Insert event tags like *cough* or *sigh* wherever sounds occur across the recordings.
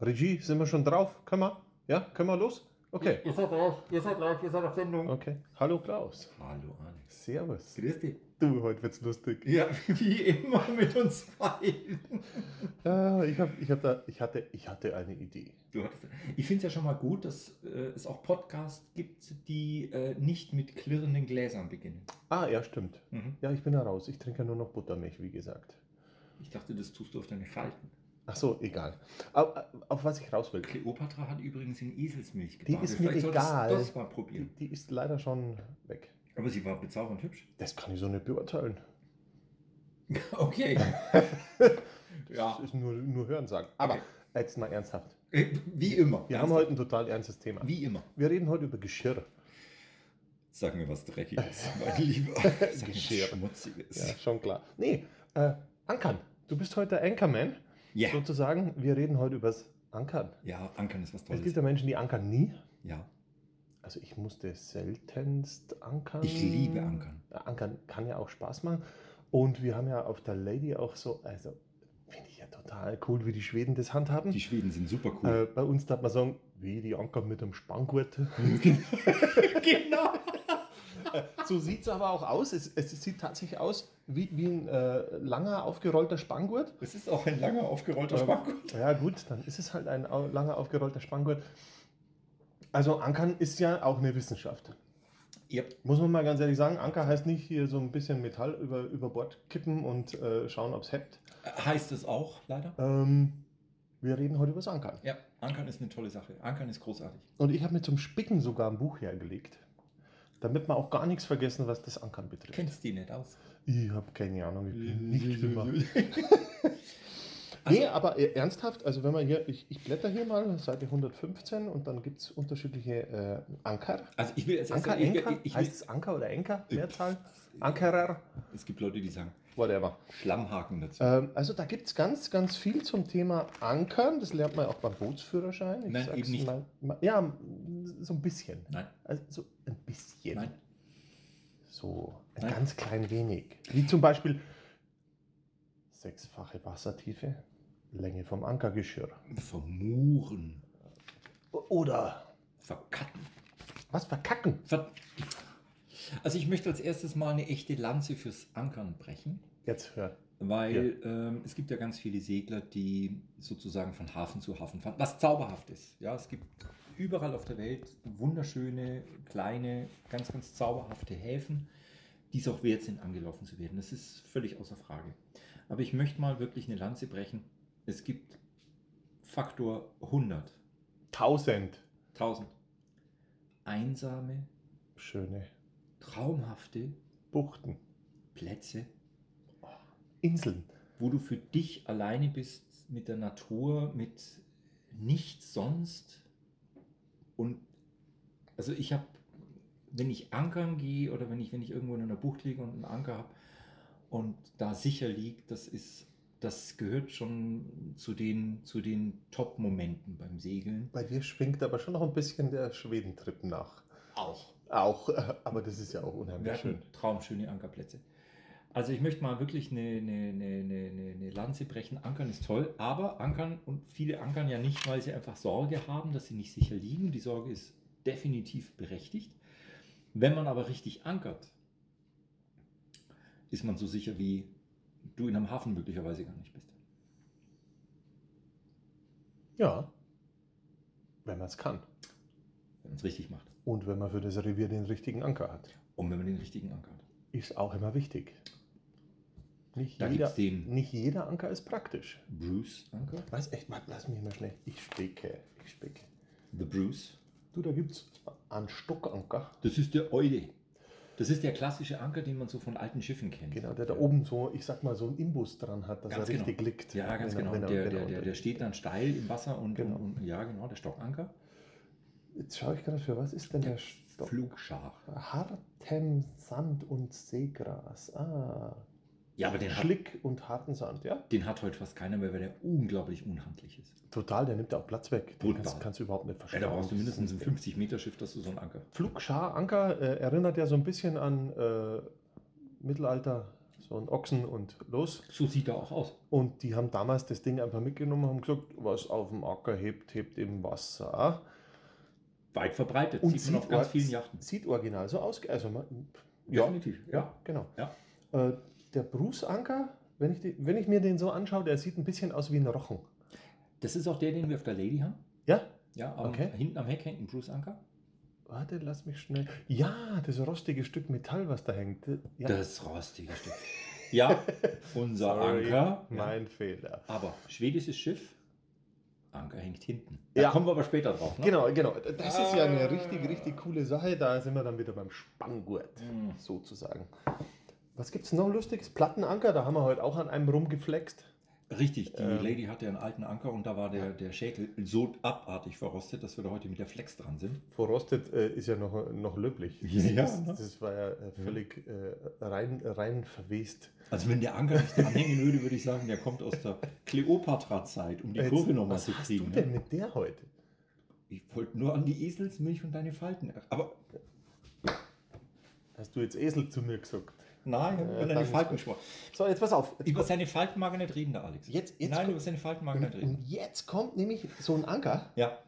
Regie, sind wir schon drauf? Können wir? Ja, können wir los? Okay. Ihr seid drauf, ihr seid live, ihr seid auf Sendung. Okay. Hallo Klaus. Hallo Alex. Servus. Grüß dich. Du, heute wird's lustig. Ja, *laughs* wie immer mit uns beiden. Ah, ich, hab, ich, hab da, ich, hatte, ich hatte eine Idee. Du hattest- Ich finde es ja schon mal gut, dass äh, es auch Podcasts gibt, die äh, nicht mit klirrenden Gläsern beginnen. Ah, ja, stimmt. Mhm. Ja, ich bin da raus. Ich trinke nur noch Buttermilch, wie gesagt. Ich dachte, das tust du auf deine Falten. Ach so, egal. Auf, auf was ich raus will. Kleopatra hat übrigens in Eselsmilch Die gebadet. ist mir Vielleicht solltest du egal. Das mal Die, probieren. die ist leider schon weg. Aber sie war bezaubernd hübsch. Das kann ich so nicht beurteilen. Okay. ja. Das ist nur, nur hören sagen. Aber Okay. jetzt mal ernsthaft. Äh, Wie immer. Wir haben heute ein total ernstes Thema. Wie immer. Wir reden heute über Geschirr. Sag mir was *laughs* Dreckiges, mein Lieber. Sag mir was Geschirr. *laughs* Schmutziges. Ja, schon klar. Nee, äh, Ankern. Du bist heute der Ankerman. Ja. Sozusagen, wir reden heute übers Ankern. Ja, Ankern ist was Es Tolles. gibt ja Menschen, die ankern nie. ja. Also ich musste seltenst ankern. Ich liebe Ankern. Ja, Ankern kann ja auch Spaß machen. Und wir haben ja auf der Lady auch so, also finde ich ja total cool, wie die Schweden das handhaben. Die Schweden sind super äh, cool. bei uns darf man sagen, wie die ankern mit dem *laughs* Spanngurt. *laughs* genau. Äh, so sieht es aber auch aus. Es, es sieht tatsächlich aus wie, wie ein äh, langer, aufgerollter Spanngurt. Es ist auch ein langer äh, aufgerollter Sparkgurt. Ja, gut, dann ist es halt ein au- langer aufgerollter Spanngurt. Also, Ankern ist ja auch eine Wissenschaft. Ja. Muss man mal ganz ehrlich sagen, Anker heißt nicht hier so ein bisschen Metall über, über Bord kippen und äh, schauen, ob es hebt. Heißt es auch, leider. Ähm, wir reden heute über das Ankern. Ja, Ankern ist eine tolle Sache. Ankern ist großartig. Und ich habe mir zum Spicken sogar ein Buch hergelegt, damit wir auch gar nichts vergessen, was das Ankern betrifft. Kennst die nicht aus? Ich habe keine Ahnung, ich bin Äh, nicht immer. nee, aber äh, ernsthaft, also wenn man hier, ich, ich blätter hier mal, Seite 115 und dann gibt es unterschiedliche äh, Anker. Also ich will jetzt Anker, ich, will- Enker? ich, ich heißt will, es Anker oder Enker? Mehrzahl? Ankerer? Es gibt Leute, die sagen Whatever. Schlammhaken dazu. Ähm, also da gibt es ganz, ganz viel zum Thema Ankern. Das lernt man ja auch beim Bootsführerschein. Ich Nein, sag's eben nicht. Mal, mal, ja, so ein bisschen. Nein, Also so ein bisschen. nein. So ein Nein. ganz klein wenig. Wie zum Beispiel sechsfache Wassertiefe, Länge vom Ankergeschirr. Vermuren. Oder Verkatten. was verkacken. Ver also ich möchte als erstes mal eine echte Lanze fürs Ankern brechen. Jetzt hör. Weil ähm, es gibt ja ganz viele Segler, die sozusagen von Hafen zu Hafen fahren, was zauberhaft ist. Ja, es gibt überall auf der Welt wunderschöne, kleine, ganz, ganz zauberhafte Häfen, die es auch wert sind, angelaufen zu werden. Das ist völlig außer Frage. Aber ich möchte mal wirklich eine Lanze brechen. Es gibt Faktor 100, 1000. 1000. Einsame, Schöne traumhafte Buchten, Plätze Inseln. wo du für dich alleine bist, mit der Natur, mit nichts sonst. Und also ich habe, wenn ich ankern gehe oder wenn ich, wenn ich irgendwo in einer Bucht liege und einen Anker habe und da sicher liegt, das ist, das gehört schon zu den, zu den Top-Momenten beim Segeln. Bei dir schwingt aber schon noch ein bisschen der Schwedentrip nach. Auch. Auch, äh, aber das ist ja auch Wir unheimlich hatten schön. traumschöne Ankerplätze. Also ich möchte mal wirklich eine, eine, eine, eine, eine- eine Lanze brechen. Ankern ist toll, aber Ankern und viele ankern ja nicht, weil sie einfach Sorge haben, dass sie nicht sicher liegen. Die Sorge ist definitiv berechtigt. Wenn man aber richtig ankert, ist man so sicher, wie du in einem Hafen möglicherweise gar nicht bist. Ja. Wenn man es kann. Wenn man es richtig macht. Und wenn man für das Revier den richtigen Anker hat. Und wenn man den richtigen Anker hat. Ist auch immer wichtig. Nicht, Da jeder, gibt's den- nicht jeder Anker ist praktisch. Bruce Anker? Was? Echt, mal, lass mich mal schnell. Ich spicke. Ich spicke. The Bruce. Du, da gibt's einen Stockanker. Das ist der Eude. Das ist der klassische Anker, den man so von alten Schiffen kennt. Genau, der da oben so, ich sag mal, so einen Imbus dran hat, dass Ganz er genau. richtig liegt. Ja, ganz Wenn genau. er- wenn er- der, wenn er der, der, unter- der steht dann steil im Wasser und, Genau. und, und ja, genau, der Stockanker. Jetzt schaue ich gerade, für was ist denn der, Der Stock? Flugschar. Hartem Sand und Seegras. Ah. Ja, aber den hat, Schlick und harten Sand, ja? den hat heute fast keiner mehr, weil der unglaublich unhandlich ist. Total, der nimmt auch Platz weg. Den Brutal. kannst, kannst du überhaupt nicht Ja, verstehen. da brauchst du mindestens ein 50-Meter-Schiff, dass du so einen Anker. Flugschar, Anker äh, erinnert ja so ein bisschen an äh, Mittelalter, so ein Ochsen und los. So sieht er auch aus. Und die haben damals das Ding einfach mitgenommen und haben gesagt, was auf dem Acker hebt, hebt im Wasser. Weit verbreitet. Und sieht man auf sieht ganz or- vielen Yachten. Sieht original so aus. Also man, ja, Definitiv. Ja. genau. Ja. Äh, der Bruce-Anker, wenn ich, die, wenn ich mir den so anschaue, der sieht ein bisschen aus wie ein Rochen. Das ist auch der, den wir auf der Lady haben. Ja? Ja, am, Okay. hinten am Heck hängt ein Bruce-Anker. Warte, lass mich schnell. Ja, das rostige Stück Metall, was da hängt. Äh, Ja, Das rostige Stück. *laughs* Ja, unser Sorry, Anker. Ja. mein Fehler. Aber schwedisches Schiff, Anker hängt hinten. Da Ja. kommen wir aber später drauf. Ne? Genau, genau. Das ist ja Ah. eine richtig, richtig coole Sache. Da sind wir dann wieder beim Spanngurt, Hm. sozusagen. Was gibt's noch lustiges? Plattenanker, da haben wir heute auch an einem rumgeflext. Richtig, die Ähm. Lady hatte einen alten Anker und da war der, der Schäkel so abartig verrostet, dass wir da heute mit der Flex dran sind. Vorrostet äh, ist ja noch, noch löblich. Das, Ja, das, ne? das war ja äh, völlig äh, rein, rein verwest. Also wenn der Anker nicht anhängen würde, würde ich sagen, der kommt aus der Kleopatra-Zeit, um die Kurve nochmal was zu hast kriegen. du ne? denn mit der heute? Ich wollte nur an die Eselsmilch und deine Falten. Aber Hast du jetzt Esel zu mir gesagt? nein, ich Äh, habe über deine danke. Falten gesprochen. So, jetzt pass auf. Jetzt Über seine Falten mag er nicht reden, der Alex. Jetzt- jetzt nein, kommt- über seine Falten mag er Und, nicht reden. und jetzt kommt nämlich so ein Anker, Ja,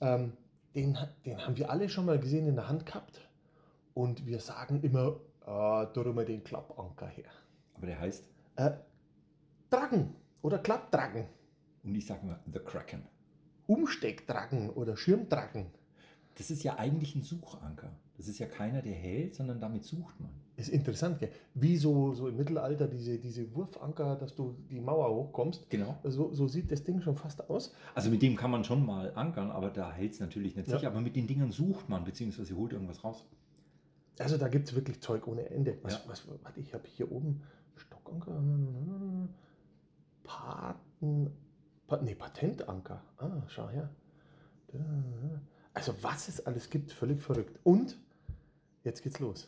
ähm, den, ha- den haben wir alle schon mal gesehen in der Hand gehabt. Und wir sagen immer, ah, da tun wir den Klappanker her. aber der heißt, Äh, Drachen oder Klappdrachen, und ich sage mal, The Kraken. Umsteckdrachen oder Schirmdrachen. Das ist ja eigentlich ein Suchanker. Das ist ja keiner, der hält, sondern damit sucht man. Ist interessant, gell? Wie so, so im Mittelalter diese, diese Wurfanker, dass du die Mauer hochkommst. Genau. So, so sieht das Ding schon fast aus. Also mit dem kann man schon mal ankern, aber da hält es natürlich nicht Ja. sicher. Aber mit den Dingern sucht man, beziehungsweise holt irgendwas raus. Also da gibt es wirklich Zeug ohne Ende. Was, Ja. was, warte, ich habe hier oben Stockanker. Paten. Pa, nee, Patentanker. Ah, schau her. Da. Also was es alles gibt, völlig verrückt. Und jetzt geht's los.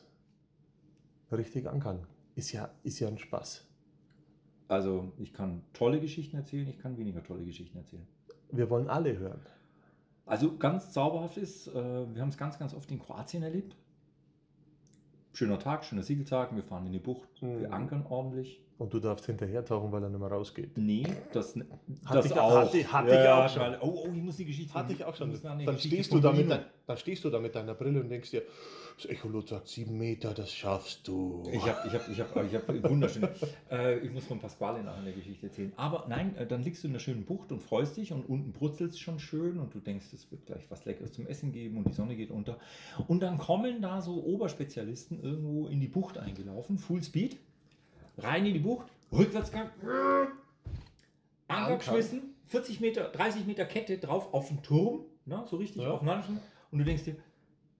Richtig ankern. Ist ja, ist ja ein Spaß. Also ich kann tolle Geschichten erzählen, ich kann weniger tolle Geschichten erzählen. Wir wollen alle hören. Also ganz zauberhaft ist, äh, wir haben es ganz, ganz oft in Kroatien erlebt. Schöner Tag, schöner Segeltag, wir fahren in die Bucht, wir Mhm. ankern ordentlich. Und du darfst hinterher tauchen, weil er nicht mehr rausgeht. Nee, das, Hatte das ich- auch. hatte- hatte ich auch schon. weil- Oh, oh, ich muss die Geschichte Hatte von- ich auch schon. ich muss an die Dann Geschichte stehst, du von da mit Nino. dein, dann stehst du da mit deiner Brille und denkst dir, das Echolot sagt sieben Meter, das schaffst du. Ich habe ich hab, ich hab, ich hab wunderschön. äh, ich muss von Pasquale nach in der Geschichte erzählen. Aber nein, äh, dann liegst du in der schönen Bucht und freust dich und unten brutzelst schon schön und du denkst, es wird gleich was Leckeres zum Essen geben und die Sonne geht unter. Und dann kommen da so Oberspezialisten irgendwo in die Bucht eingelaufen, Full Speed, rein in die Bucht, Rückwärtsgang, Anker geschmissen, 40 Meter, 30 Meter Kette drauf auf den Turm, ne, so richtig Ja. auf manchen. Und du denkst dir,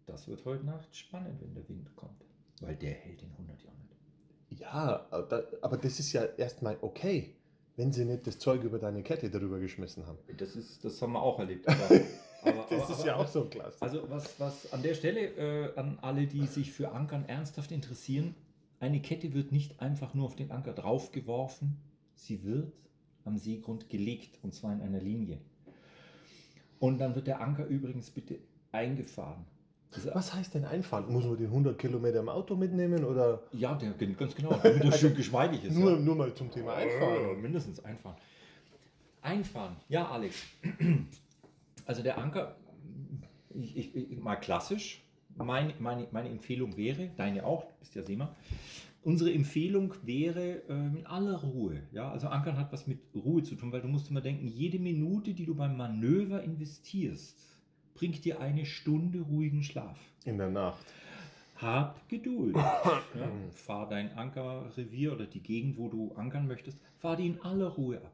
das wird heute Nacht spannend, wenn der Wind kommt. Weil der hält in 100 Jahren nicht. Ja, aber da- aber das ist ja erstmal okay, wenn sie nicht das Zeug über deine Kette drüber geschmissen haben. Das, ist, das haben wir auch erlebt. *laughs* Aber, aber, Das aber- ist ja aber- auch so ein Glas. Also was, was an der Stelle äh, an alle, die sich für Ankern ernsthaft interessieren, eine Kette wird nicht einfach nur auf den Anker draufgeworfen, sie wird am Seegrund gelegt und zwar in einer Linie. Und dann wird der Anker übrigens bitte eingefahren. Das ist- Was heißt denn einfahren? Muss man die 100 Kilometer im Auto mitnehmen oder Ja, der, ganz genau, damit *laughs* das schön geschmeidig ist. Also nur, ja. nur mal zum Thema Äh, einfahren? mindestens einfahren. Einfahren, ja, Alex. *clears throat* Also der Anker, ich, ich, ich, mal klassisch, mein, meine, meine Empfehlung wäre, deine auch, du bist ja Seemann, unsere Empfehlung wäre ähm, in aller Ruhe. Ja? Also Ankern hat was mit Ruhe zu tun, weil du musst immer denken, jede Minute, die du beim Manöver investierst, bringt dir eine Stunde ruhigen Schlaf. In der Nacht. Hab Geduld. ja, fahr dein Ankerrevier oder die Gegend, wo du ankern möchtest, fahr die in aller Ruhe ab.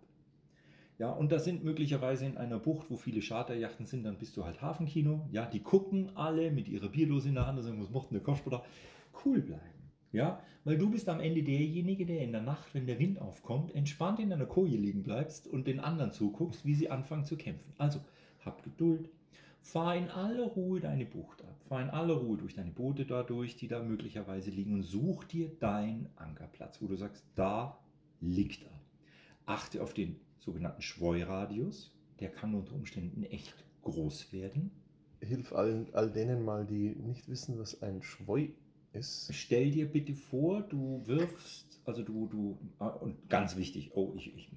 Ja, und da sind möglicherweise in einer Bucht, wo viele Charterjachten sind, dann bist du halt Hafenkino. Ja, die gucken alle mit ihrer Bierdose in der Hand und sagen, was macht denn der Kopfspotter? cool bleiben. Ja, weil du bist am Ende derjenige, der in der Nacht, wenn der Wind aufkommt, entspannt in deiner Koje liegen bleibst und den anderen zuguckst, wie sie anfangen zu kämpfen. Also, hab Geduld, fahr in aller Ruhe deine Bucht ab, fahr in aller Ruhe durch deine Boote da durch, die da möglicherweise liegen und such dir deinen Ankerplatz, wo du sagst, da liegt er. Achte auf den sogenannten Schweuradius, der kann unter Umständen echt groß werden. Hilf allen, all denen mal, die nicht wissen, was ein Schwoi ist. Stell dir bitte vor, du wirfst, also du, du, ah, und ganz wichtig, oh, ich, ich,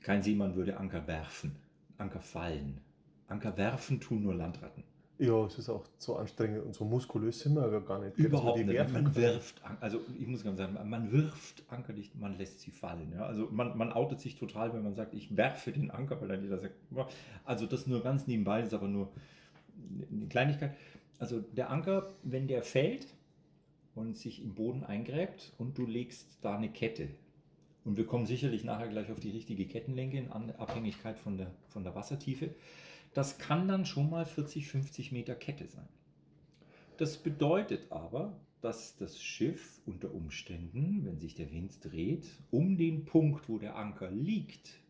kein Seemann würde Anker werfen, Anker fallen. Anker werfen tun nur Landratten. Ja, es ist auch so anstrengend und so muskulös sind wir ja gar nicht. Dass wir Überhaupt die nicht. werfen Man können. wirft, An- also ich muss ganz sagen, man wirft Anker nicht, man lässt sie fallen. Ja? Also man, man outet sich total, wenn man sagt, ich werfe den Anker, weil dann jeder sagt, "Boah." also das nur ganz nebenbei, das ist aber nur eine Kleinigkeit. Also der Anker, wenn der fällt und sich im Boden eingräbt und du legst da eine Kette. Und wir kommen sicherlich nachher gleich auf die richtige Kettenlänge in An- Abhängigkeit von der, von der Wassertiefe. Das kann dann schon mal 40, 50 Meter Kette sein. Das bedeutet aber, dass das Schiff unter Umständen, wenn sich der Wind dreht, um den Punkt, wo der Anker liegt,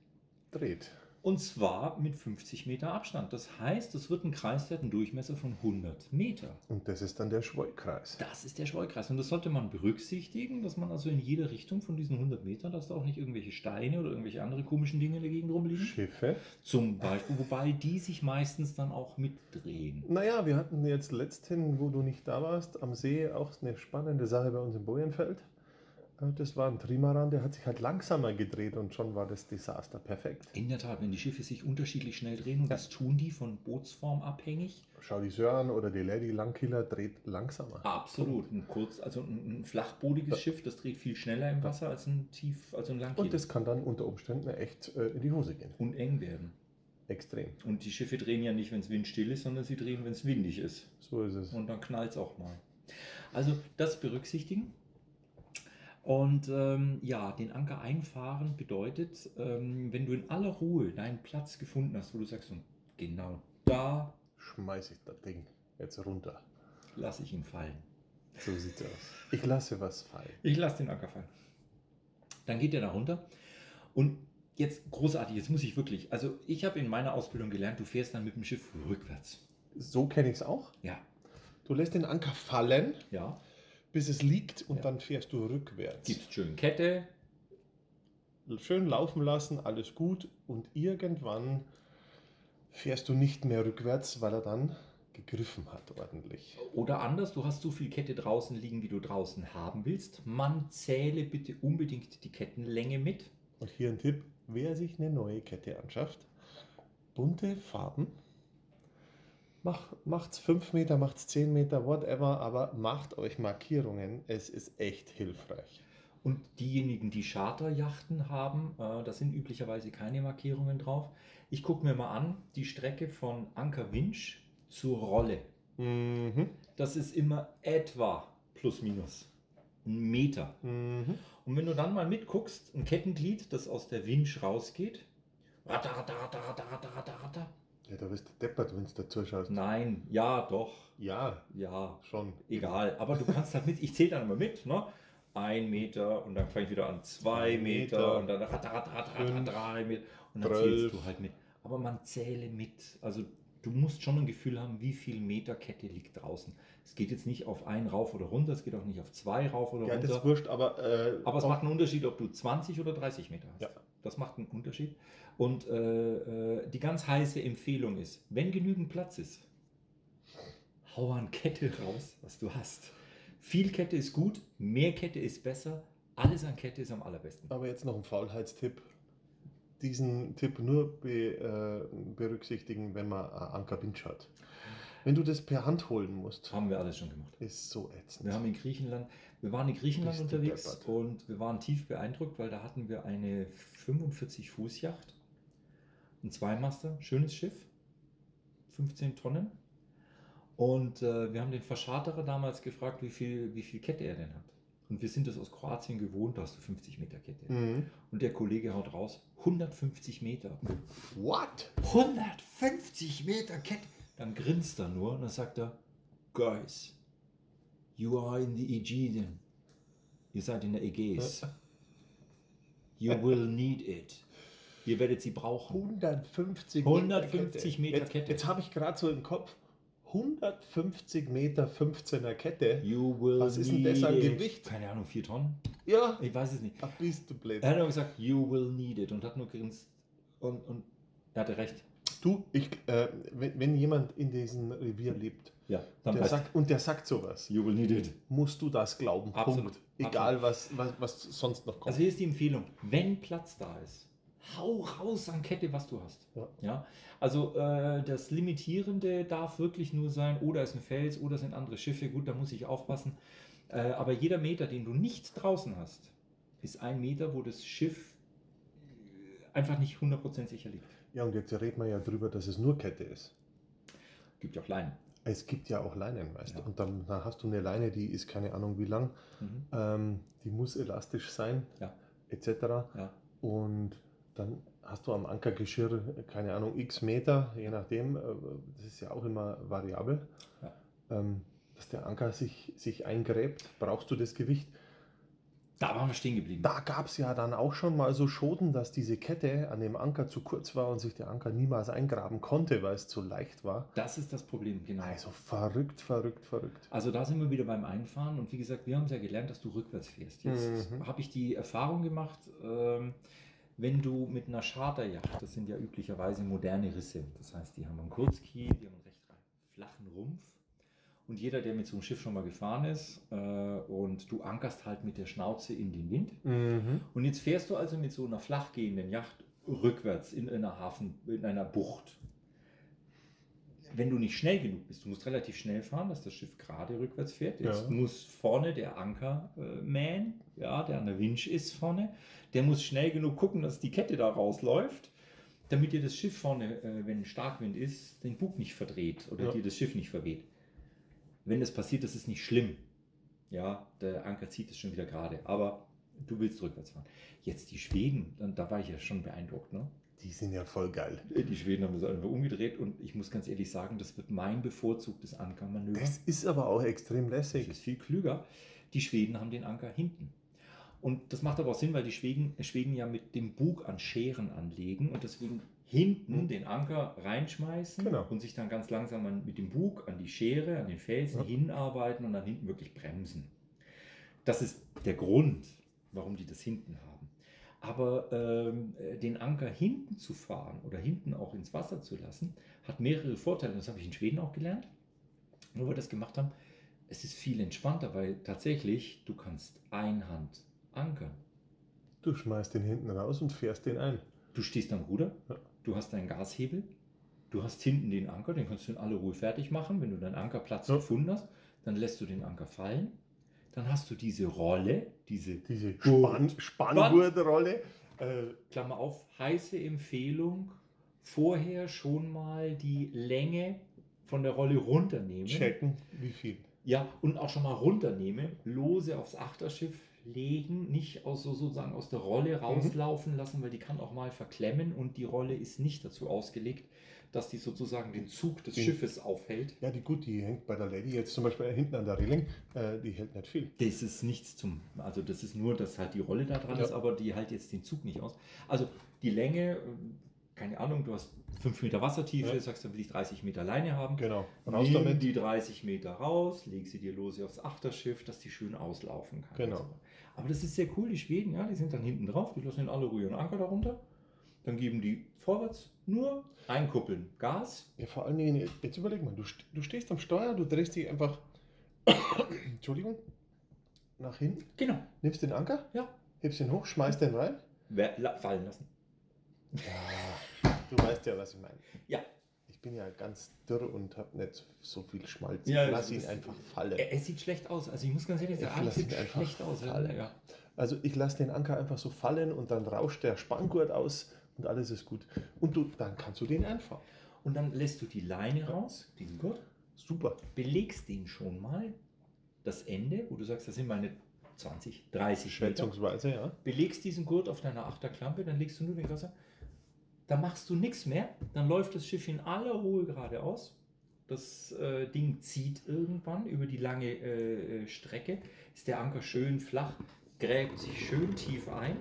Dreht. und zwar mit 50 Meter Abstand. Das heißt, es wird ein Kreis, der hat einen Durchmesser von 100 Meter. Und das ist dann der Schweukreis. Das ist der Schwollkreis. Und das sollte man berücksichtigen, dass man also in jeder Richtung von diesen 100 Metern, dass da auch nicht irgendwelche Steine oder irgendwelche andere komischen Dinge in der Gegend rumliegen. Schiffe. Zum Beispiel, wobei die sich meistens dann auch mitdrehen. Naja, wir hatten jetzt letzthin, wo du nicht da warst, am See auch eine spannende Sache bei uns im Bojenfeld. Äh, Das war ein Trimaran, der hat sich halt langsamer gedreht und schon war das Desaster perfekt. In der Tat, wenn die Schiffe sich unterschiedlich schnell drehen, und Ja. das tun die von Bootsform abhängig. Schau die Sören oder die Lady Langkiller dreht langsamer. Ah, Absolut. Ein kurz, also ein, ein flachbodiges Ja. Schiff, das dreht viel schneller im Wasser als ein tief, also ein Langkegel. Und das kann dann unter Umständen echt äh, in die Hose gehen. und eng werden. Extrem. Und die Schiffe drehen ja nicht, wenn es windstill ist, sondern sie drehen, wenn es windig ist. So ist es. Und dann knallt es auch mal. Also das berücksichtigen. Und ähm, ja, den Anker einfahren bedeutet, ähm, wenn du in aller Ruhe deinen Platz gefunden hast, wo du sagst, und genau da Schmeiß ich das Ding jetzt runter. lasse ich ihn fallen. So sieht's aus. Ich lasse was fallen. Ich lasse den Anker fallen. Dann geht der da runter. Und jetzt großartig, jetzt muss ich wirklich. Also, ich habe in meiner Ausbildung gelernt, du fährst dann mit dem Schiff rückwärts. So kenne ich es auch. Ja, Du lässt den Anker fallen, ja. bis es liegt und Ja. dann fährst du rückwärts. Gibst schön Kette. Schön laufen lassen, alles gut und irgendwann fährst du nicht mehr rückwärts, weil er dann gegriffen hat ordentlich. Oder anders, du hast so viel Kette draußen liegen, wie du draußen haben willst. Mann, zähle bitte unbedingt die Kettenlänge mit. Und hier ein Tipp, wer sich eine neue Kette anschafft, bunte Farben, mach, macht's 5 Meter, macht's 10 Meter, whatever, aber macht euch Markierungen, es ist echt hilfreich. Und diejenigen, die Charterjachten haben, äh, da sind üblicherweise keine Markierungen drauf. Ich gucke mir mal an, die Strecke von Ankerwinch zur Rolle. Mhm. Das ist immer etwa plus minus ein Meter. Mhm. Und wenn du dann mal mitguckst, ein Kettenglied, das aus der Winch rausgeht. Ratter, ratter, ratter, ratter, ratter, ratter, ratter. Ja, da bist du deppert, wenn du dazu schaust. Nein, ja, doch, Ja, ja, schon. egal. Aber du kannst halt mit, ich zähle dann immer mit, ne? Ein Meter und dann fange ich wieder an, zwei Ein Meter, Meter und dann ratter, ratter, ratter, ratter, fünf, drei Meter. Und dann zwölf. zählst du halt mit. Aber man zähle mit. Also du musst schon ein Gefühl haben, wie viel Meter Kette liegt draußen. Es geht jetzt nicht auf einen rauf oder runter, es geht auch nicht auf zwei rauf oder Ja, das runter. ist wurscht, aber, äh, Aber es auch- macht einen Unterschied, ob du 20 oder 30 Meter hast. Ja. Das macht einen Unterschied. Und äh, äh, die ganz heiße Empfehlung ist, wenn genügend Platz ist, hau an Kette raus, was du hast. Viel Kette ist gut, mehr Kette ist besser, alles an Kette ist am allerbesten. Aber jetzt noch ein Faulheitstipp. Diesen Tipp nur be, äh, berücksichtigen, wenn man einen Ankerbinsch hat. Wenn du das per Hand holen musst, Haben wir alles schon gemacht. ist so ätzend. Wir haben in Griechenland, wir waren in Griechenland Bist du unterwegs deppert. und wir waren tief beeindruckt, weil da hatten wir eine 45 Fuß Yacht, ein Zweimaster, schönes Schiff, 15 Tonnen. Und äh, wir haben den Verscharterer damals gefragt, wie viel, wie viel Kette er denn hat. Und wir sind das aus Kroatien gewohnt, da hast du 50 Meter Kette. Mhm. Und der Kollege haut raus, 150 Meter. What? 150 Meter Kette. Dann grinst er nur und dann sagt er, Guys, You are in the Aegean. Ihr seid in der Ägäis. You *laughs* will need it. Ihr werdet sie brauchen. 150 150 Meter jetzt, Kette. Jetzt habe ich gerade so im Kopf 150 Meter 15er Kette. You will Was ist denn das an need it. Gewicht? Keine Ahnung, vier Tonnen? Ja, Ich weiß es nicht. da bist du blöd. Er hat nur gesagt, you will need it und hat nur gegrinst. Und, und er hatte recht. Du, ich, äh, wenn, wenn jemand in diesem Revier lebt Ja, dann der passt. sagt, und der sagt sowas, you will need it. musst du das glauben. Absolut. Punkt. Egal, was, was, was sonst noch kommt. Also hier ist die Empfehlung, wenn Platz da ist, hau raus an Kette, was du hast. Ja. Also äh, das Limitierende darf wirklich nur sein, oder es ist ein Fels, oder es sind andere Schiffe, gut, da muss ich aufpassen. Äh, aber jeder Meter, den du nicht draußen hast, ist ein Meter, wo das Schiff äh, einfach nicht 100% sicher liegt. ja, und jetzt reden wir ja drüber, dass es nur Kette ist. Gibt ja auch Leinen. Es gibt ja auch Leinen, weißt Ja. du. Und dann, dann hast du eine Leine, die ist keine Ahnung wie lang, Mhm. ähm, die muss elastisch sein, Ja. etc. Ja. Und dann hast du am Ankergeschirr, keine Ahnung, x Meter, je nachdem, äh, das ist ja auch immer variabel, Ja. ähm, dass der Anker sich, sich eingräbt, brauchst du das Gewicht. Da waren wir stehen geblieben. Da gab es ja dann auch schon mal so Schoten, dass diese Kette an dem Anker zu kurz war und sich der Anker niemals eingraben konnte, weil es zu leicht war. Das ist das Problem, genau. Also verrückt, verrückt, verrückt. Also da sind wir wieder beim Einfahren und wie gesagt, wir haben es ja gelernt, dass du rückwärts fährst. Jetzt Mhm. habe ich die Erfahrung gemacht, ähm, wenn du mit einer Charterjacht, das sind ja üblicherweise moderne Risse, das heißt, die haben einen Kurzkiel, die haben einen recht flachen Rumpf und jeder, der mit so einem Schiff schon mal gefahren ist äh, und du ankerst halt mit der Schnauze in den Wind, Mhm. und jetzt fährst du also mit so einer flachgehenden Yacht rückwärts in einer Hafen, in einer Bucht. Wenn du nicht schnell genug bist, du musst relativ schnell fahren, dass das Schiff gerade rückwärts fährt. Jetzt Ja. muss vorne der Anker äh, man, ja, der an der Winch ist vorne, der muss schnell genug gucken, dass die Kette da rausläuft, damit dir das Schiff vorne, äh, wenn Starkwind ist, den Bug nicht verdreht oder Ja. dir das Schiff nicht verweht. Wenn das passiert, das ist nicht schlimm. Ja, der Anker zieht es schon wieder gerade, aber du willst rückwärts fahren. Jetzt die Schweden, dann- da war ich ja schon beeindruckt. Ne? Die sind ja voll geil. Die Schweden haben das einfach umgedreht und ich muss ganz ehrlich sagen, das wird mein bevorzugtes Ankermanöver. Das ist aber auch extrem Mhm. Das lässig. ist viel klüger. Die Schweden haben den Anker hinten. Und das macht aber auch Sinn, weil die Schweden, Schweden ja mit dem Bug an Scheren anlegen und deswegen hinten Mhm. den Anker reinschmeißen Genau. und sich dann ganz langsam an, mit dem Bug an die Schere, an den Felsen Ja. hinarbeiten und dann hinten wirklich bremsen. Das ist der Grund, warum die das hinten haben. Aber ähm, äh, den Anker hinten zu fahren oder hinten auch ins Wasser zu lassen, hat mehrere Vorteile. Das habe ich in Schweden auch gelernt, wo wir das gemacht haben. Es ist viel entspannter, weil tatsächlich du kannst Einhand ankern. Du schmeißt den hinten raus und fährst den ein. Du stehst am Ruder, Ja. du hast deinen Gashebel, du hast hinten den Anker, den kannst du in aller Ruhe fertig machen. Wenn du deinen Ankerplatz Ja. gefunden hast, dann lässt du den Anker fallen. Dann hast du diese Rolle, diese Diese Gut. Spann Spanngurtrolle. Äh, Klammer auf, heiße Empfehlung, vorher schon mal die Länge von der Rolle runternehmen. checken, wie viel. Ja, und auch schon mal runternehme, lose aufs Achterschiff legen, nicht aus, so, sozusagen aus der Rolle rauslaufen lassen, weil die kann auch mal verklemmen und die Rolle ist nicht dazu ausgelegt, dass die sozusagen den Zug des Den- Schiffes aufhält. Ja, die gut, die hängt bei der Lady jetzt zum Beispiel hinten an der Reling, äh, die hält nicht viel. Das ist nichts zum, also das ist nur, dass halt die Rolle da dran Ja. ist, aber die hält jetzt den Zug nicht aus. Also die Länge, äh, keine Ahnung, du hast 5 Meter Wassertiefe, Ja. sagst, dann will ich 30 Meter Leine haben. Genau. Raus Nimm damit. die 30 Meter raus, leg sie dir lose aufs Achterschiff, dass die schön auslaufen kann. Genau. Aber das ist sehr cool, die Schweden, ja, die sind dann hinten drauf, die lassen in alle Ruhe einen Anker darunter, dann geben die vorwärts nur einkuppeln, Gas, Ja, vor allen Dingen, jetzt überleg mal, du, st- du stehst am Steuer, du drehst dich einfach, *coughs* Entschuldigung, nach hinten, genau, nimmst den Anker, Ja. hebst den hoch, schmeißt den rein. wer- la- fallen lassen. Ja, du weißt ja, was ich meine. Ja. Ich bin ja ganz dürr und habe nicht so viel Schmalz. Ja, ich das lass ihn ist- einfach fallen. Er, es sieht schlecht aus, also ich muss ganz ehrlich Ich sagen, es lass sieht ihn einfach schlecht aus. Ja, fallen. ja. Also ich lasse den Anker einfach so fallen und dann rauscht der Spanngurt aus und alles ist gut. Und du, dann kannst du den einfahren. Und dann lässt du die Leine raus, diesen Gurt, Super. belegst den schon mal, das Ende, wo du sagst, das sind meine 20, 30 Meter. Schätzungsweise, ja. belegst diesen Gurt auf deiner Achterklampe, dann legst du nur den Gasser. Da machst du nichts mehr, dann läuft das Schiff in aller Ruhe geradeaus Das äh, Ding zieht irgendwann über die lange äh, äh, Strecke. Ist der Anker schön flach, gräbt sich schön tief ein.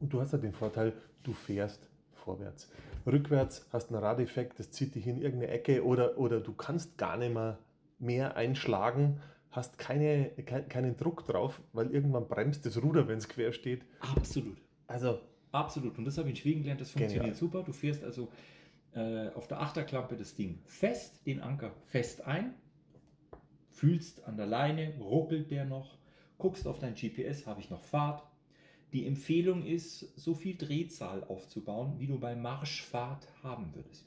Und du hast ja den Vorteil, du fährst vorwärts. Rückwärts hast einen Radeffekt, das zieht dich in irgendeine Ecke oder, oder du kannst gar nicht mehr, mehr einschlagen, hast keine, kein, keinen Druck drauf, weil irgendwann bremst das Ruder, wenn es quer steht. Absolut. Also, Absolut. Und das habe ich in Schweden gelernt, das Genial. funktioniert super. Du fährst also äh, auf der Achterklappe das Ding fest, den Anker fest ein, fühlst an der Leine, ruckelt der noch, guckst auf dein GPS, habe ich noch Fahrt. Die Empfehlung ist, so viel Drehzahl aufzubauen, wie du bei Marschfahrt haben würdest.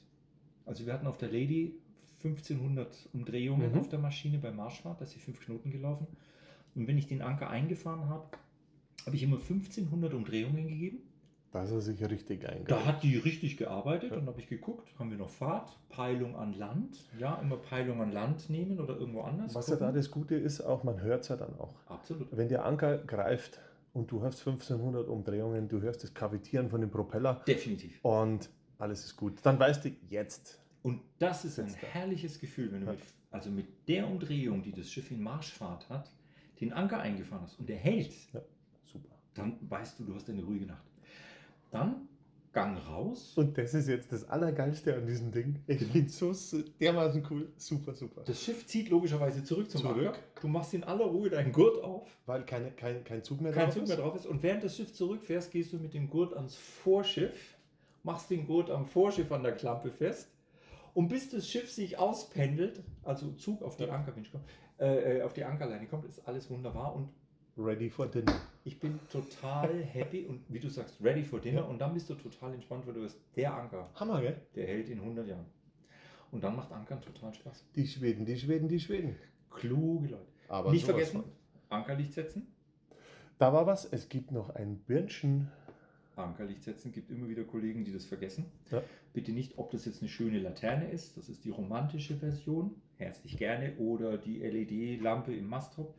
Also wir hatten auf der Lady 1500 Umdrehungen Mhm. auf der Maschine bei Marschfahrt, da ist sie fünf Knoten gelaufen. Und wenn ich den Anker eingefahren habe, habe ich immer 1500 Umdrehungen gegeben das ist sicher richtig eingegangen. da hat die richtig gearbeitet, Ja. dann habe ich geguckt, haben wir noch Fahrt, Peilung an Land, ja, immer Peilung an Land nehmen oder irgendwo anders. Was ja da gucken. das Gute ist, auch man hört es ja dann auch. Absolut. Wenn der Anker greift und du hast 1500 Umdrehungen, du hörst das Kavitieren von dem Propeller Definitiv. und alles ist gut. Dann weißt du jetzt. Und das ist ein Sitzt da. herrliches Gefühl, wenn du Ja. mit, also mit der Umdrehung, die das Schiff in Marschfahrt hat, den Anker eingefahren hast und der hält, Super. dann weißt du, du hast eine ruhige Nacht. Dann Gang raus. Und das ist jetzt das Allergeilste an diesem Ding. Ich finde es so s- dermaßen cool. Super, super. Mhm. das Schiff zieht logischerweise zurück zum Zurück. Anker. Du machst in aller Ruhe deinen Gurt auf. Weil keine, kein, kein Zug mehr kein drauf Zug ist. mehr drauf ist. Und während das Schiff zurückfährst, gehst du mit dem Gurt ans Vorschiff, machst den Gurt am Vorschiff an der Klampe fest. Und bis das Schiff sich auspendelt, also Zug auf die, Ja. Anker, Mensch, komm, äh, äh, auf die Ankerleine kommt, ist alles wunderbar. Und Ready for dinner. ich bin *laughs* total happy und wie du sagst, ready for dinner. Ja. Und dann bist du total entspannt, weil du bist der Anker, Hammer, gell? der hält in 100 Jahren. Und dann macht Ankern total Spaß. Die Schweden, die Schweden, die Schweden. Kluge Leute. Aber Nicht sowas vergessen, von. Ankerlicht setzen. Da war was. Es gibt noch ein Birnchen. Ankerlicht setzen. Gibt immer wieder Kollegen, die das vergessen. Ja. Bitte nicht, ob das jetzt eine schöne Laterne ist. Das ist die romantische Version. Herzlich gerne. Oder die LED-Lampe im Masttop.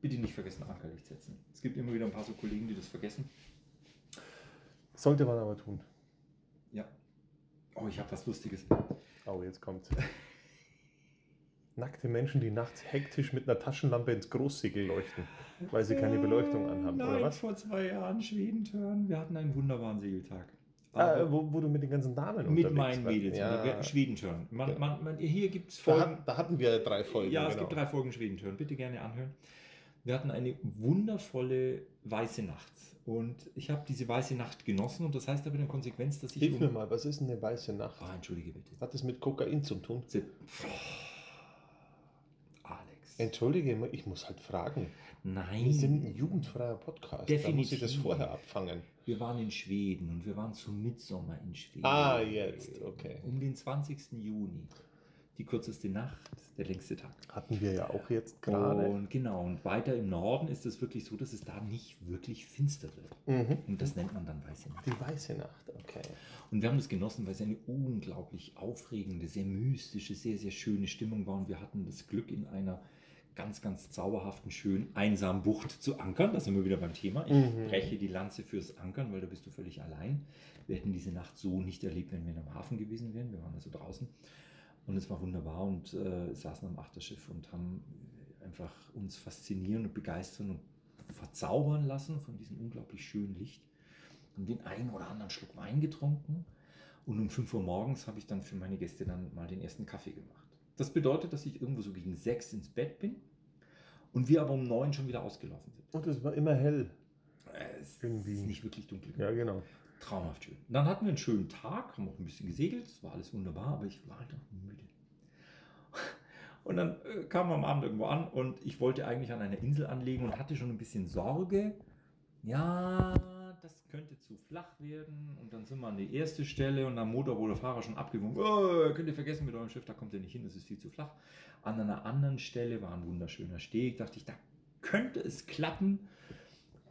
Bitte nicht vergessen, Ankerlicht setzen. Es gibt immer wieder ein paar so Kollegen, die das vergessen. Sollte man aber tun. Ja. Oh, ich habe was Lustiges. Oh, *laughs* jetzt kommt's. Nackte Menschen, die nachts hektisch mit einer Taschenlampe ins Großsegel leuchten, weil sie keine Beleuchtung anhaben, Oh, Nein, oder was? vor zwei Jahren Schwedenturn. Wir hatten einen wunderbaren Segeltag. Ah, Aber wo, wo du mit den ganzen Damen mit unterwegs meinen warst. Mädels. Ja. Wir hatten Schwedenturn. Man, man, man, hier gibt es Da, hat, da hatten wir drei Folgen. genau. Ja, es gibt drei Folgen Schwedentören. Bitte gerne anhören. Wir hatten eine wundervolle weiße Nacht. Und ich habe diese weiße Nacht genossen. Und das heißt aber in der Konsequenz, dass ich. um Hilf mir mal, was ist denn eine weiße Nacht? Ah, entschuldige bitte. Hat das mit Kokain zu tun? Se- Alex. Entschuldige, ich muss halt fragen. Wir sind ein Nein. jugendfreier Podcast. Da muss ich Definitiv. das vorher abfangen. Wir waren in Schweden und wir waren zum Mitsommer in Schweden. Ah, jetzt, okay. Um den 20. Juni. Die kürzeste Nacht, der längste Tag. Hatten wir ja auch jetzt gerade. Und genau, und weiter im Norden ist es wirklich so, dass es da nicht wirklich finster wird. Mhm. Und das nennt man dann weiße Nacht. Die weiße Nacht, okay. Und wir haben das genossen, weil es eine unglaublich aufregende, sehr mystische, sehr, sehr schöne Stimmung war. Und wir hatten das Glück, in einer ganz, ganz zauberhaften, schönen, einsamen Bucht zu ankern. Da sind wir wieder beim Thema. Ich Mhm. breche die Lanze fürs Ankern, weil da bist du völlig allein. Wir hätten diese Nacht so nicht erlebt, wenn wir am Hafen gewesen wären. Wir waren also draußen. Und es war wunderbar und äh, saßen am Achterschiff und haben äh, einfach uns faszinieren und begeistern und verzaubern lassen von diesem unglaublich schönen Licht. Haben den einen oder anderen Schluck Wein getrunken und um 5 Uhr morgens habe ich dann für meine Gäste dann mal den ersten Kaffee gemacht. Das bedeutet, dass ich irgendwo so gegen 6 ins Bett bin und wir aber um 9 schon wieder ausgelaufen sind. Und es war immer hell. Äh, Es Irgendwie. ist nicht wirklich dunkel. Ja, genau. Traumhaft schön. Dann hatten wir einen schönen Tag, haben auch ein bisschen gesegelt, es war alles wunderbar, aber ich war halt auch müde. Und dann äh, kamen wir am Abend irgendwo an und ich wollte eigentlich an einer Insel anlegen und hatte schon ein bisschen Sorge. Ja, das könnte zu flach werden. Und dann sind wir an die erste Stelle und am Motor wurde der Fahrer schon abgewogen. Oh, könnt ihr vergessen mit eurem Schiff, da kommt ihr nicht hin, das ist viel zu flach. An einer anderen Stelle war ein wunderschöner Steg, dachte ich, da könnte es klappen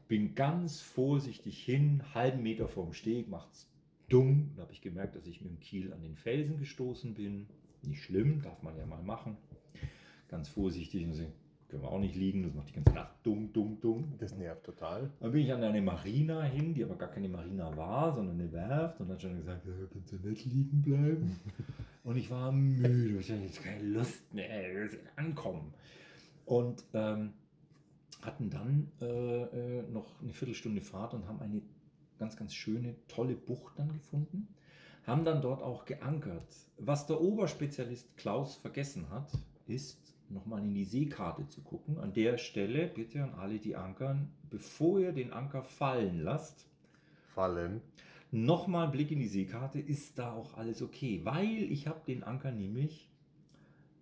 bin ganz vorsichtig hin, halben Meter vorm Steg, macht's dumm. Da habe ich gemerkt, dass ich mit dem Kiel an den Felsen gestoßen bin. Nicht schlimm, darf man ja mal machen. Ganz vorsichtig und so, Können wir auch nicht liegen, das macht die ganze Nacht dumm, dumm, dumm. Das nervt total. Dann bin ich an eine Marina hin, die aber gar keine Marina war, sondern eine Werft und hat schon gesagt, ja, kannst du nicht liegen bleiben. und ich war müde, ich hatte jetzt keine Lust mehr, wir müssen ankommen. Und ähm, hatten dann äh, äh, noch eine Viertelstunde Fahrt und haben eine ganz, ganz schöne, tolle Bucht dann gefunden. Haben dann dort auch geankert. Was der Oberspezialist Klaus vergessen hat, ist nochmal in die Seekarte zu gucken. An der Stelle bitte an alle, die ankern, bevor ihr den Anker fallen lasst, Fallen. nochmal einen Blick in die Seekarte, ist da auch alles okay? Weil ich habe den Anker nämlich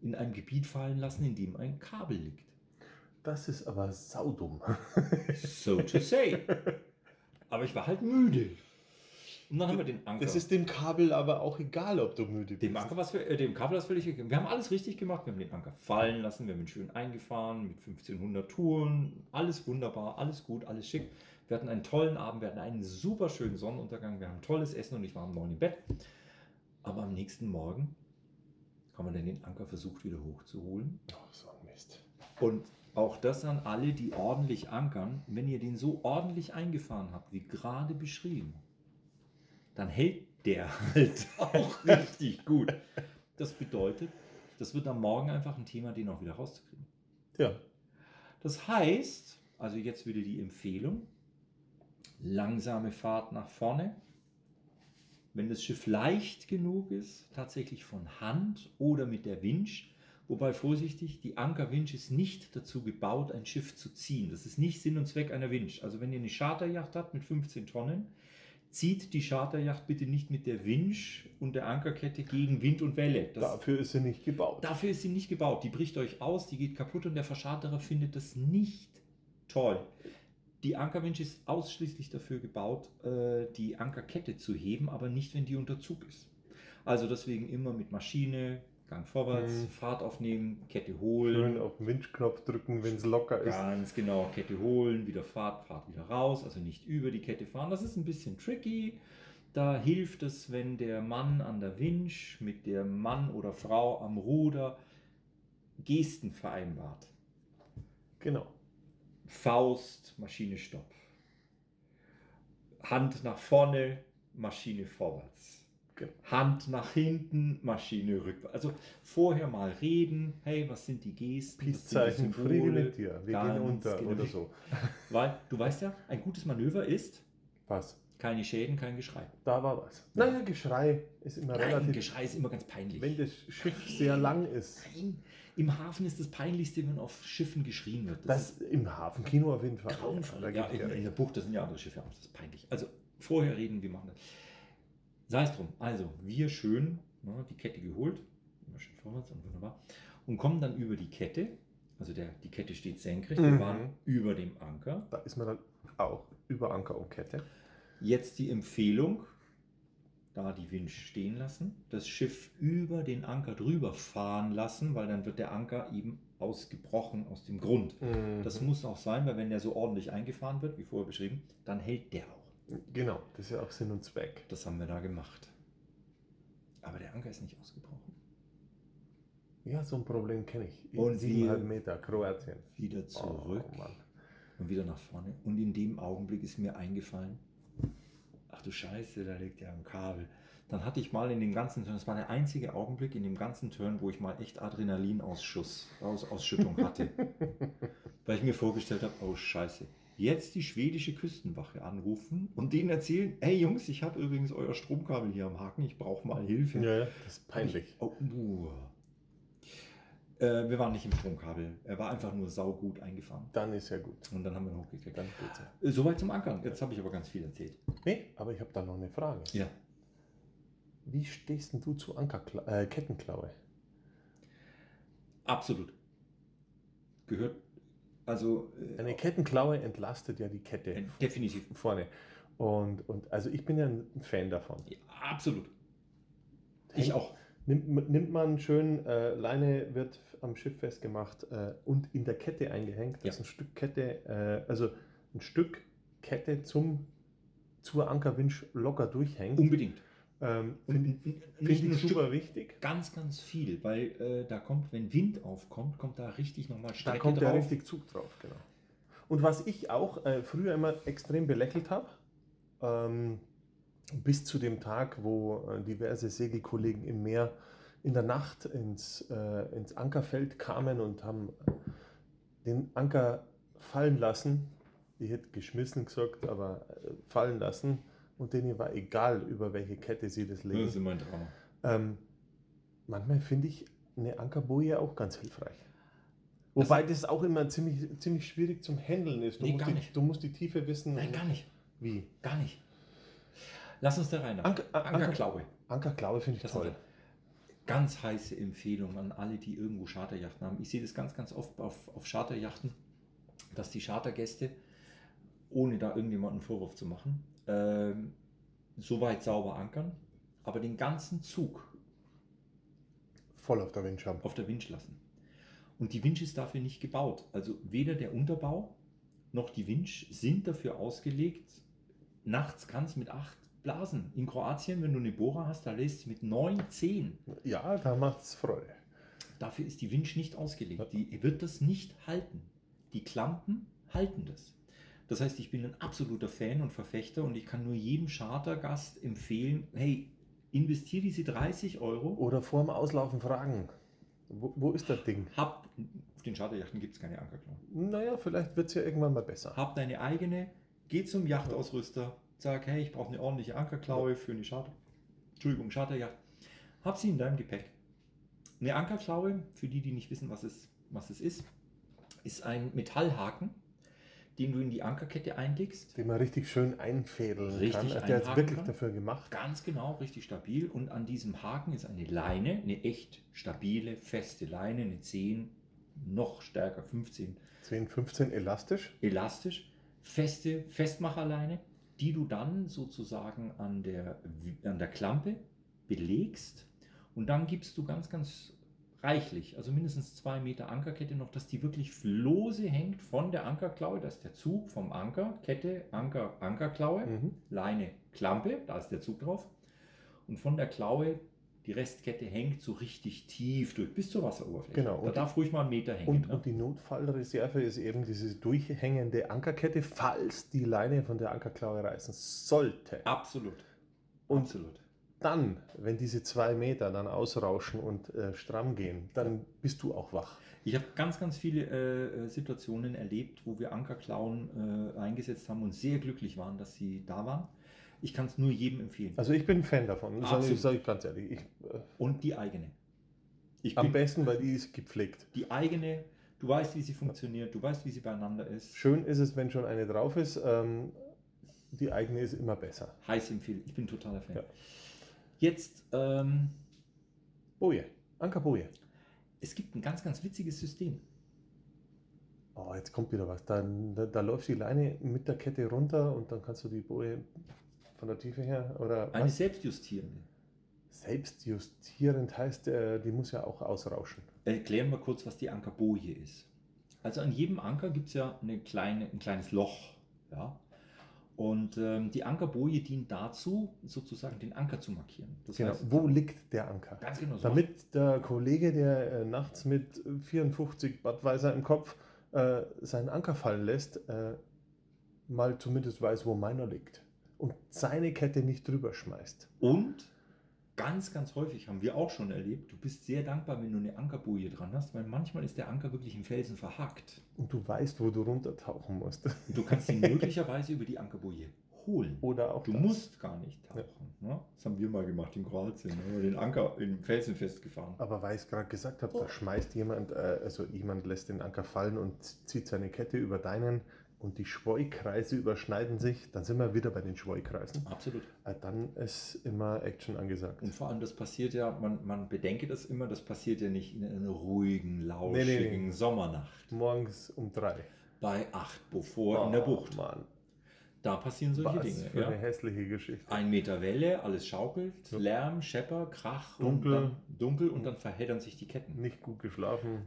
in einem Gebiet fallen lassen, in dem ein Kabel liegt. Das ist aber saudumm. So to *laughs* say. Aber ich war halt müde. Und dann haben wir den Anker. Das ist dem Kabel aber auch egal, ob du müde bist. dem Anker was wir, äh, dem Kabel das völlig gegeben. Wir haben alles richtig gemacht. Wir haben den Anker fallen lassen. Wir haben ihn schön eingefahren mit 1500 Touren. Alles wunderbar, alles gut, alles schick. Wir hatten einen tollen Abend. Wir hatten einen super schönen Sonnenuntergang. Wir haben tolles Essen und ich war am Morgen im Bett. Aber am nächsten Morgen haben wir dann den Anker versucht wieder hochzuholen. Oh, so ein Mist. Und auch das an alle, die ordentlich ankern. Wenn ihr den so ordentlich eingefahren habt, wie gerade beschrieben, dann hält der halt *laughs* auch richtig gut. Das bedeutet, das wird am Morgen einfach ein Thema, den auch wieder rauszukriegen. Ja, Das heißt, also jetzt wieder die Empfehlung, langsame Fahrt nach vorne. Wenn das Schiff leicht genug ist, tatsächlich von Hand oder mit der Winch. Wobei vorsichtig, die Ankerwinch ist nicht dazu gebaut, ein Schiff zu ziehen. Das ist nicht Sinn und Zweck einer Winch. Also wenn ihr eine Charterjacht habt mit 15 Tonnen, zieht die Charterjacht bitte nicht mit der Winch und der Ankerkette gegen Wind und Welle. Das, dafür ist sie nicht gebaut. Dafür ist sie nicht gebaut. Die bricht euch aus, die geht kaputt und der Verscharterer findet das nicht toll. Die Ankerwinch ist ausschließlich dafür gebaut, äh, die Ankerkette zu heben, aber nicht, wenn die unter Zug ist. Also deswegen immer mit Maschine, Gang vorwärts, Mhm. Fahrt aufnehmen, Kette Schön holen. auf den Windknopf drücken, wenn es locker ist. Ganz genau, Kette holen, wieder Fahrt, Fahrt wieder raus, also nicht über die Kette fahren. Das ist ein bisschen tricky. Da hilft es, wenn der Mann an der Winch mit der Mann oder Frau am Ruder Gesten vereinbart. Genau. Faust, Maschine Stopp. Hand nach vorne, Maschine vorwärts. Genau. Hand nach hinten, Maschine rückwärts. Also vorher mal reden, hey, was sind die Gesten? was sind die Peace-Zeichen, Friede Symbole? mit dir. Wir Ganz gehen unter genau. oder so. Weil, du weißt ja, ein gutes Manöver ist Was? keine Schäden, kein Geschrei. Da war was. Naja, Geschrei ist immer Nein, relativ. Geschrei ist immer ganz peinlich. Wenn das Schiff sehr lang ist. Nein, im Hafen ist das Peinlichste, wenn auf Schiffen geschrien wird. Das im Hafenkino auf jeden Fall. Da Grauenvoll. Ja, gebe ich in, dir in der recht. Bucht, das sind ja andere Schiffe auch, das ist peinlich. Also vorher reden, wir machen das. Sei es drum. Also, wir schön ne, die Kette geholt, immer schön vorwärts und wunderbar, und kommen dann über die Kette. Also der, die Kette steht senkrecht, wir Mhm. waren über dem Anker. Da ist man dann auch über Anker und Kette. Jetzt die Empfehlung, da die Winch stehen lassen, das Schiff über den Anker drüber fahren lassen, weil dann wird der Anker eben ausgebrochen aus dem Grund. Mhm. Das muss auch sein, weil wenn der so ordentlich eingefahren wird, wie vorher beschrieben, dann hält der auch. genau, das ist ja auch Sinn und Zweck. Das haben wir da gemacht. Aber der Anker ist nicht ausgebrochen. Ja, so ein Problem kenne ich. Und siebeneinhalb wir- Meter, Kroatien. Wieder zurück Oh, Mann. und wieder nach vorne. Und in dem Augenblick ist mir eingefallen, ach du Scheiße, da liegt ja ein Kabel. Dann hatte ich mal in dem ganzen Turn, das war der einzige Augenblick in dem ganzen Turn, wo ich mal echt Adrenalinausschuss, aus, Ausschüttung *laughs* hatte. weil ich mir vorgestellt habe, oh Scheiße, jetzt die schwedische Küstenwache anrufen und denen erzählen, hey Jungs, ich habe übrigens euer Stromkabel hier am Haken, ich brauche mal Hilfe. Ja, ja, das ist peinlich. Oh, uh. äh, wir waren nicht im Stromkabel. Er war einfach nur saugut eingefahren. Dann ist ja gut. Und dann haben wir ihn hochgekriegt. Dann geht's ja. Äh, Soweit zum Ankern. Jetzt habe ich aber ganz viel erzählt. Nee, aber ich habe da noch eine Frage. Ja. Wie stehst denn du zu Ankerkla äh, Kettenklaue? Absolut. Gehört. Also. Äh, Eine Kettenklaue entlastet ja die Kette äh, definitiv. vorne. Und, und also ich bin ja ein Fan davon. Ja, absolut. Ich auch. Nimmt, nimmt man schön, äh, Leine wird am Schiff festgemacht äh, und in der Kette eingehängt, dass Ja. ein Stück Kette, äh, also ein Stück Kette zum, zur Ankerwinch locker durchhängt. Unbedingt. Ähm, Um Und Finde ich, n- n- nicht nur find ich ein Stück, super wichtig. ganz, ganz viel, weil äh, da kommt, wenn Wind aufkommt, kommt da richtig nochmal Da Strecke kommt drauf. ja richtig Zug drauf, genau. Und was ich auch äh, früher immer extrem belächelt habe, ähm, bis zu dem Tag, wo äh, diverse Segelkollegen im Meer in der Nacht ins, äh, ins Ankerfeld kamen und haben den Anker fallen lassen. Ich hätte geschmissen gesagt, aber äh, fallen lassen. Und denen war egal, über welche Kette sie das Das ist legen. immer ein Traum. Ähm, manchmal finde ich eine Ankerboje auch ganz hilfreich. Wobei das auch immer ziemlich, ziemlich schwierig zum Handeln ist. Du, Nee, musst, gar die, nicht. du musst die Tiefe wissen. Nein, gar nicht. Wie? Gar nicht. Lass uns da rein. Anker, An- Anker, Ankerklaue. Ankerklaue finde ich Das ist toll. eine ganz heiße Empfehlung an alle, die irgendwo Charterjachten haben. Ich sehe das ganz, ganz oft auf, auf Charterjachten, dass die Chartergäste, ohne da irgendjemanden Vorwurf zu machen, ähm, so weit sauber ankern, aber den ganzen Zug Voll auf der Windschirm. auf der Winch lassen. Und die Winch ist dafür nicht gebaut. Also weder der Unterbau noch die Winch sind dafür ausgelegt. Nachts kannst mit acht blasen. In Kroatien, wenn du eine Bohrer hast, da lässt es mit neun, zehn. Ja, da macht es Freude. Dafür ist die Winch nicht ausgelegt. Die wird das nicht halten. Die Klampen halten das. Das heißt, ich bin ein absoluter Fan und Verfechter und ich kann nur jedem Chartergast empfehlen, hey, investiere diese 30 Euro. Oder vorm Auslaufen fragen. Wo, wo ist das Ding? Hab, auf den Charterjachten gibt es keine Ankerklauen. Naja, vielleicht wird es ja irgendwann mal besser. Hab deine eigene, geh zum Yachtausrüster, sag, hey, ich brauche eine ordentliche Ankerklaue für eine Charter, Entschuldigung, Charterjacht. Hab sie in deinem Gepäck. Eine Ankerklaue, für die, die nicht wissen, was es, was es ist, ist ein Metallhaken, den du in die Ankerkette einlegst. Den man richtig schön einfädeln Richtig kann. Der hat einhaken wirklich kann. dafür gemacht. Ganz genau, richtig stabil. Und an diesem Haken ist eine Leine, eine echt stabile, feste Leine, eine 10, noch stärker, 15 10, 15 elastisch. elastisch, feste Festmacherleine, die du dann sozusagen an der, an der Klampe belegst und dann gibst du ganz, ganz reichlich, also mindestens zwei Meter Ankerkette noch, dass die wirklich lose hängt von der Ankerklaue, dass der Zug vom Anker, Kette, Anker, Ankerklaue, Mhm. Leine, Klampe, da ist der Zug drauf und von der Klaue die Restkette hängt so richtig tief durch, bis zur Wasseroberfläche. Genau, Da und- darf ruhig mal einen Meter hängen. Und, ne? und die Notfallreserve ist eben diese durchhängende Ankerkette, falls die Leine von der Ankerklaue reißen sollte. Absolut. Und- absolut. Dann, wenn diese zwei Meter dann ausrauschen und äh, stramm gehen, dann bist du auch wach. Ich habe ganz, ganz viele äh, äh, Situationen erlebt, wo wir Ankerklauen äh, eingesetzt haben und sehr glücklich waren, dass sie da waren. Ich kann es nur jedem empfehlen. Also ich bin ein Fan davon, das sage ich, Absolut. sag ich ganz ehrlich. Ich, äh, und die eigene. Ich am bin besten, weil die ist gepflegt. die eigene. Du weißt, wie sie funktioniert. Du weißt, wie sie beieinander ist. Schön ist es, wenn schon eine drauf ist. Ähm, die eigene ist immer besser. Heiß empfehle. Ich bin totaler Fan. Ja. Jetzt, ähm, Boje, Ankerboje. es gibt ein ganz, ganz witziges System. Oh, jetzt kommt wieder was. Da, da, da läuft die Leine mit der Kette runter und dann kannst du die Boje von der Tiefe her oder Eine was? selbstjustierende. selbstjustierend heißt, äh, die muss ja auch ausrauschen. Erklären wir kurz, was die Ankerboje ist. Also an jedem Anker gibt es ja eine kleine, ein kleines Loch. Ja? Und ähm, die Ankerboje dient dazu, sozusagen den Anker zu markieren. Das Genau. heißt, Wo liegt der Anker? ganz genau so. Damit der Kollege, der äh, nachts mit 54 Budweiser im Kopf äh, seinen Anker fallen lässt, äh, mal zumindest weiß, wo meiner liegt. Und seine Kette nicht drüber schmeißt. Und ganz, ganz häufig haben wir auch schon erlebt, du bist sehr dankbar, wenn du eine Ankerboje dran hast, weil manchmal ist der Anker wirklich im Felsen verhakt. Und du weißt, wo du runtertauchen musst. *laughs* Und du kannst ihn möglicherweise über die Ankerboje holen. Oder auch Du das. musst gar nicht tauchen. Ne? Das haben wir mal gemacht in Kroatien. Da haben wir den Anker im Felsen festgefahren. Aber weil ich es gerade gesagt habe, da schmeißt jemand, äh, also jemand lässt den Anker fallen und zieht seine Kette über deinen und die Schwoikreise überschneiden sich, dann sind wir wieder bei den Schwoikreisen. Absolut. Äh, dann ist immer Action angesagt. Und vor allem, das passiert ja, man, man bedenke das immer, das passiert ja nicht in einer ruhigen, nee, lauschigen nee. Sommernacht Morgens um drei. bei 8 Beaufort in der Oh, Bucht. Mann, Da passieren solche was Dinge. für eine Ja. hässliche Geschichte. Ein Meter Welle, alles schaukelt, Ja. Lärm, Schepper, Krach, Dunkel. und dann, dunkel und dann verheddern sich die Ketten. Nicht gut geschlafen.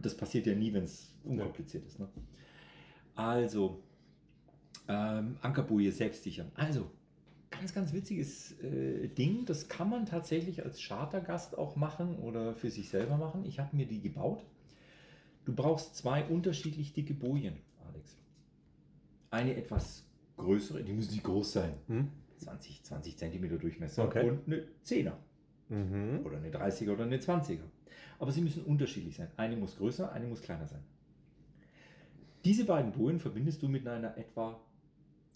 Das passiert ja nie, wenn es unkompliziert ist. Ne? Also, ähm, Ankerboje selbst sichern. Also, ganz, ganz witziges äh, Ding. Das kann man tatsächlich als Chartergast auch machen oder für sich selber machen. Ich habe mir die gebaut. Du brauchst zwei unterschiedlich dicke Bojen, Alex. Eine etwas größere, die müssen nicht groß sein. Hm? 20, 20 Zentimeter Durchmesser Okay. und eine 10er Mhm. oder eine 30er oder eine 20er. Aber sie müssen unterschiedlich sein. Eine muss größer, eine muss kleiner sein. Diese beiden Bojen verbindest du mit einer etwa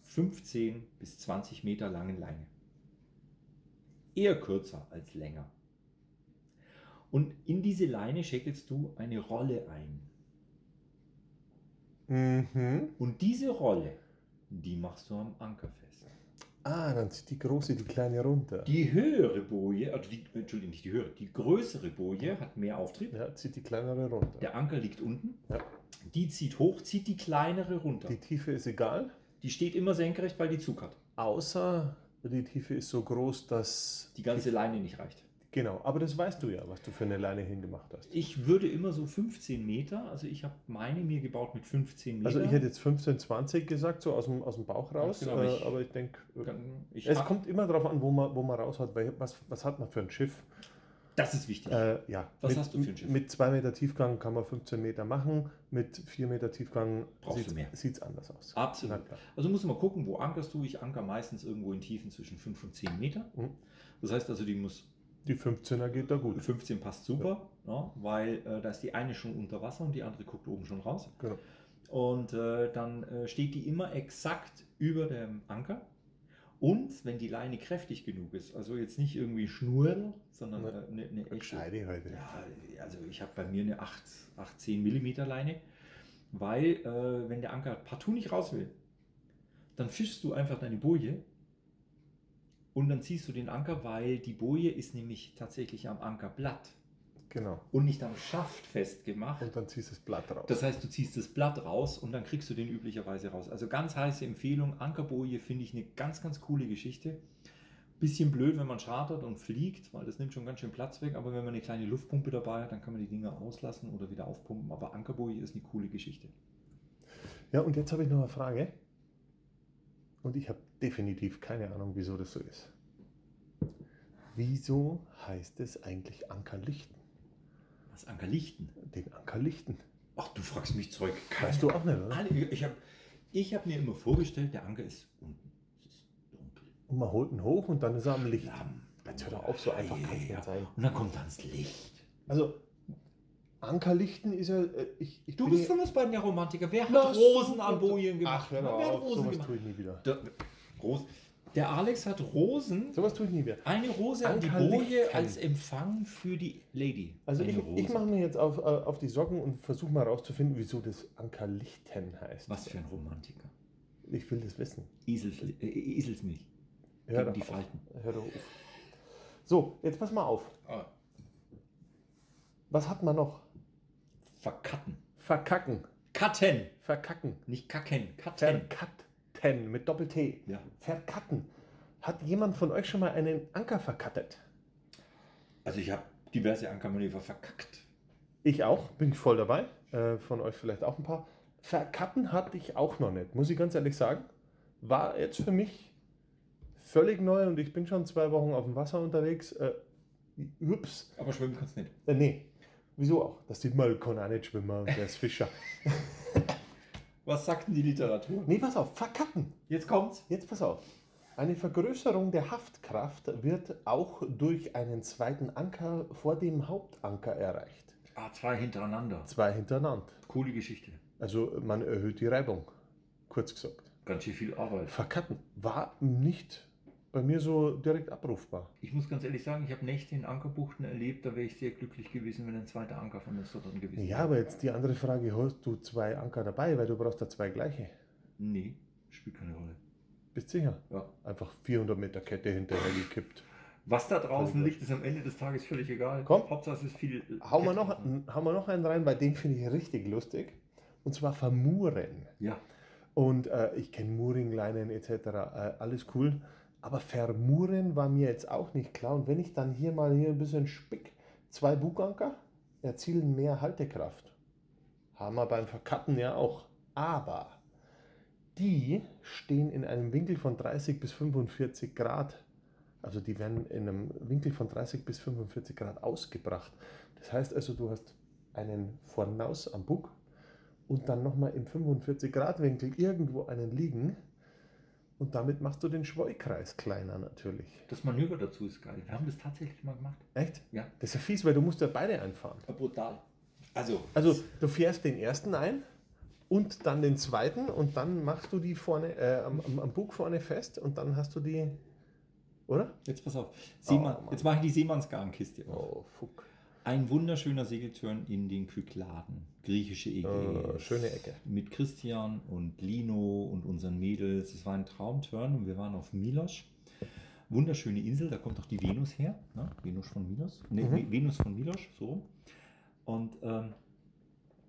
15 bis 20 Meter langen Leine. Eher kürzer als länger. Und in diese Leine schäkelst du eine Rolle ein. Mhm. Und diese Rolle, die machst du am Anker fest. Ah, dann zieht die große die kleine runter. Die höhere Boje, also die, Entschuldigung, nicht die höhere, die größere Boje hat mehr Auftrieb. ja, zieht die kleinere runter. Der Anker liegt unten. Ja. Die zieht hoch, zieht die kleinere runter. Die Die, Tiefe ist egal, steht immer senkrecht, weil die Zug hat. außer die Tiefe ist so groß, dass. Die ganze Leine nicht reicht. Genau, aber das weißt du ja, was du für eine Leine hingemacht hast. Ich würde immer so 15 Meter, also ich habe meine mir gebaut mit 15 Meter. Also ich hätte jetzt 15, 20 gesagt, so aus dem, aus dem Bauch raus, genau, aber äh, ich- aber ich denke, ich es hab- kommt immer darauf an, wo man, wo man raus hat, weil was, was hat man für ein Schiff? Das ist wichtig. Äh, ja. Was mit, hast du für ein Schiff? Mit 2 Meter Tiefgang kann man 15 Meter machen, mit 4 Meter Tiefgang Brauchst du mehr. sieht es anders aus. Absolut. Na klar. Also musst du mal gucken, wo ankerst du. Ich anker meistens irgendwo in Tiefen zwischen 5 und 10 Meter. Mhm. Das heißt also, die muss Die 15er geht da gut. 15 passt super, ne? weil äh, da ist die eine schon unter Wasser und die andere guckt oben schon raus. Genau. Und äh, dann äh, steht die immer exakt über dem Anker. Und wenn die Leine kräftig genug ist, also jetzt nicht irgendwie Schnurl, sondern Ne. äh, eine, eine echte. Scheide heute. Ja, also ich habe bei mir eine 8, 8 10 Millimeter Leine, weil äh, wenn der Anker partout nicht raus will, dann fischst du einfach deine Boje und dann ziehst du den Anker, weil die Boje ist nämlich tatsächlich am Ankerblatt Genau. und nicht am Schaft festgemacht. Und dann ziehst du das Blatt raus. Das heißt, du ziehst das Blatt raus und dann kriegst du den üblicherweise raus. Also ganz heiße Empfehlung. Ankerboje finde ich eine ganz, ganz coole Geschichte. Bisschen blöd, wenn man chartert und fliegt, weil das nimmt schon ganz schön Platz weg. Aber wenn man eine kleine Luftpumpe dabei hat, dann kann man die Dinger auslassen oder wieder aufpumpen. Aber Ankerboje ist eine coole Geschichte. ja, und jetzt habe ich noch eine Frage. Und ich habe definitiv keine Ahnung, wieso das so ist. Wieso heißt es eigentlich Ankerlichten? Was Ankerlichten? Den Ankerlichten. Ach, du fragst mich Zeug. Keine Weißt du auch nicht, oder? Ahnung. Ich habe ich hab mir immer vorgestellt, der Anker ist unten. Es ist dunkel. Und man holt ihn hoch und dann ist er am Licht. Schlamm. Jetzt hör doch auf, so einfach kann's nicht Ja. sein. Und dann kommt ans Licht. Also, Ankerlichten ist ja. äh, Ich, ich Du bin bist ja, von uns beiden der Romantiker. Wer hat Na, Rosen so- an Bojen gemacht? Ach, hör doch Wer hat auf, Rosen sowas gemacht? tue ich nie wieder. Der, Rosen. der Alex hat Rosen, Sowas tue ich nie wieder. eine Rose an die Anker Boje Lichtkamp. als Empfang für die Lady. Also eine ich, ich mache mir jetzt auf, äh, auf die Socken und versuche mal rauszufinden, wieso das Ankerlichten heißt. Was für ein Romantiker. Ich will das wissen. Isels, äh, Iselsmilch. Hör Gegen doch die auf. Falten. Hör doch auf. So, jetzt pass mal auf. Was hat man noch? Verkatten. Verkacken. Katten. Verkacken. Nicht kacken. Katten. Verkatten mit Doppel-T. Ja. Verkatten. Hat jemand von euch schon mal einen Anker verkattet? Also ich habe diverse Ankermanöver verkackt. Ich auch, bin ich voll dabei. Äh, von euch vielleicht auch ein paar. Verkatten hatte ich auch noch nicht, muss ich ganz ehrlich sagen. War jetzt für mich völlig neu und ich bin schon zwei Wochen auf dem Wasser unterwegs. Äh, ups. Aber schwimmen kannst nicht. Äh, nee, wieso auch? Das sieht mal, kann auch nicht schwimmen, der ist Fischer. Was sagt denn die Literatur? nee, pass auf, verkatten. Jetzt kommt's. Jetzt pass auf. Eine Vergrößerung der Haftkraft wird auch durch einen zweiten Anker vor dem Hauptanker erreicht. Ah, zwei hintereinander. Zwei hintereinander. Coole Geschichte. Also man erhöht die Reibung, kurz gesagt. Ganz schön viel Arbeit. Verkatten war nicht bei mir so direkt abrufbar. Ich muss ganz ehrlich sagen, ich habe Nächte in Ankerbuchten erlebt, da wäre ich sehr glücklich gewesen, wenn ein zweiter Anker von uns dort drin gewesen Ja, aber jetzt die andere Frage, hast du zwei Anker dabei, weil du brauchst da zwei gleiche. Nee, spielt keine Rolle. Bist sicher? Ja. Einfach 400 Meter Kette hinterher gekippt. Was da draußen Völlig liegt, ist am Ende des Tages völlig egal. Komm. Hauptsache es ist viel. äh, Hau mal, Kette noch, draußen. hau mal noch einen rein, weil den finde ich richtig lustig. Und zwar vermuren. Ja, Und äh, ich kenne Mooringleinen etc. Äh, alles cool. Aber vermuren war mir jetzt auch nicht klar. Und wenn ich dann hier mal hier ein bisschen spick, zwei Buganker erzielen mehr Haltekraft. Haben wir beim Verkatten ja auch. Aber die stehen in einem Winkel von 30 bis 45 Grad. Also die werden in einem Winkel von 30 bis 45 Grad ausgebracht. Das heißt also, du hast einen Fornaus am Bug und dann nochmal im 45 Grad Winkel irgendwo einen liegen. Und damit machst du den Schwollkreis kleiner natürlich. Das Manöver dazu ist geil. Wir haben das tatsächlich mal gemacht. Echt? Ja. Das ist ja fies, weil du musst ja beide einfahren. Brutal. Also, Also du fährst den ersten ein und dann den zweiten und dann machst du die vorne äh, am, am, am Bug vorne fest und dann hast du die, oder? jetzt pass auf. Seemann, Oh, Mann. jetzt mache ich die Seemannsgarnkiste auf. Oh, fuck. Ein wunderschöner Segeltörn in den Kykladen. Griechische Ägäis. Äh, schöne Ecke. Mit Christian und Lino und unseren Mädels. Es war ein Traumtörn und wir waren auf Milos. Wunderschöne Insel, da kommt auch die Venus her. Ne? Venus von Milos. Ne, Mhm. Ve- Venus von Milos, so. Und ähm,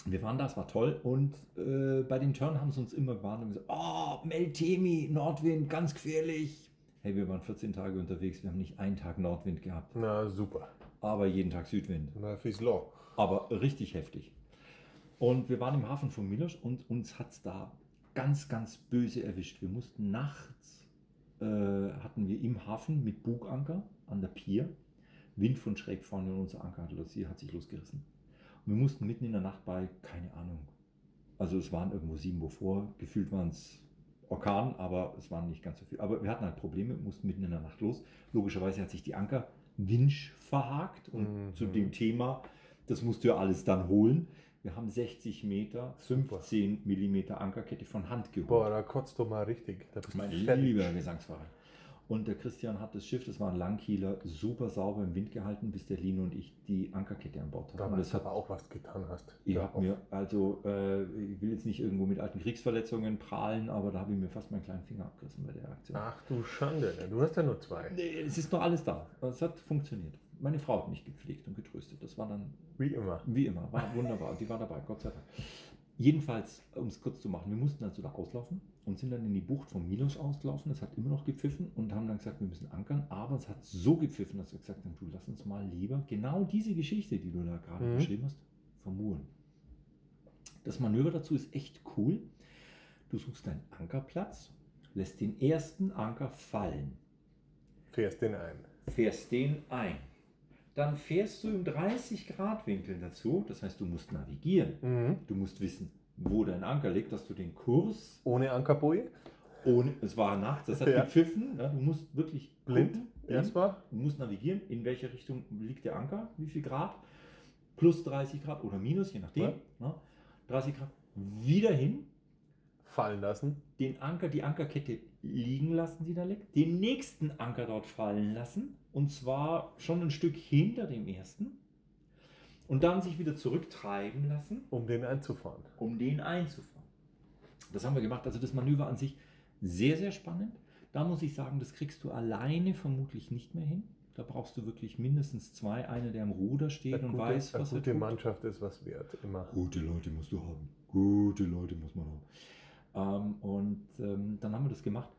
wir waren da, es war toll. Und äh, bei den Törn haben sie uns immer gewarnt und gesagt: Oh, Meltemi, Nordwind, ganz gefährlich. Hey, wir waren 14 Tage unterwegs, wir haben nicht einen Tag Nordwind gehabt, Na super. aber jeden Tag Südwind Murphy's Law. aber richtig heftig. Und wir waren im Hafen von Milos und uns hat es da ganz, ganz böse erwischt. Wir mussten nachts, äh, hatten wir im Hafen mit Buganker an der Pier, Wind von schräg vorne und unser Anker hat, los, hat sich losgerissen. Und wir mussten mitten in der Nacht bei, keine Ahnung, also es waren irgendwo sieben Uhr vor, gefühlt waren es Orkan, aber es waren nicht ganz so viel. Aber wir hatten halt Probleme, mussten mitten in der Nacht los. Logischerweise hat sich die Anker Winch verhakt und Mhm. zu dem Thema, das musst du ja alles dann holen. Wir haben 60 Meter, 15 Millimeter Ankerkette von Hand geholt. Boah, da kotzt du mal richtig. Da bist du Mein fertig. lieber Gesangspfarrer. Und der Christian hat das Schiff, das war ein Langkieler, super sauber im Wind gehalten, bis der Lino und ich die Ankerkette an Bord hatten. Da und das weißt du hat, aber auch, was du getan hast. ich Ja, hab mir, also äh, ich will jetzt nicht irgendwo mit alten Kriegsverletzungen prahlen, aber da habe ich mir fast meinen kleinen Finger abgerissen bei der Aktion. Ach du Schande, ne? du hast ja nur zwei. Nee, es ist noch alles da. Es hat funktioniert. Meine Frau hat mich gepflegt und getröstet. Das war dann Wie immer. Wie immer, war wunderbar. Die war dabei, Gott sei Dank. Jedenfalls, um es kurz zu machen, wir mussten also da auslaufen und sind dann in die Bucht von Milos ausgelaufen. Es hat immer noch gepfiffen und haben dann gesagt, wir müssen ankern. Aber es hat so gepfiffen, dass wir gesagt haben, du lass uns mal lieber genau diese Geschichte, die du da gerade Mhm. beschrieben hast, vermuren. Das Manöver dazu ist echt cool. Du suchst deinen Ankerplatz, lässt den ersten Anker fallen Fährst den ein. fährst den ein. Dann fährst du im 30-Grad-Winkel dazu. Das heißt, du musst navigieren. Mhm. Du musst wissen, wo dein Anker liegt, dass du den Kurs Ohne Ankerboje? ohne. Es war nachts, das hat Ja. gepfiffen. Ja, du musst wirklich Blind, gucken, blind. Erstmal? Du musst navigieren, in welche Richtung liegt der Anker, wie viel Grad. Plus 30 Grad oder minus, je nachdem. Ja. Ne? 30 Grad. Wieder hin, Fallen lassen. den Anker, die Ankerkette liegen lassen, die da liegt, den nächsten Anker dort fallen lassen und zwar schon ein Stück hinter dem ersten und dann sich wieder zurücktreiben lassen, um den einzufahren. um den einzufangen. Das haben wir gemacht. Also das Manöver an sich sehr, sehr spannend. Da muss ich sagen, das kriegst du alleine vermutlich nicht mehr hin. Da brauchst du wirklich mindestens zwei, einer, der am Ruder steht Eine und gute, weiß, eine was er gute tut. Mannschaft ist was wert, immer. Gute Leute musst du haben. Gute Leute muss man haben. Ähm, und ähm, dann haben wir das gemacht.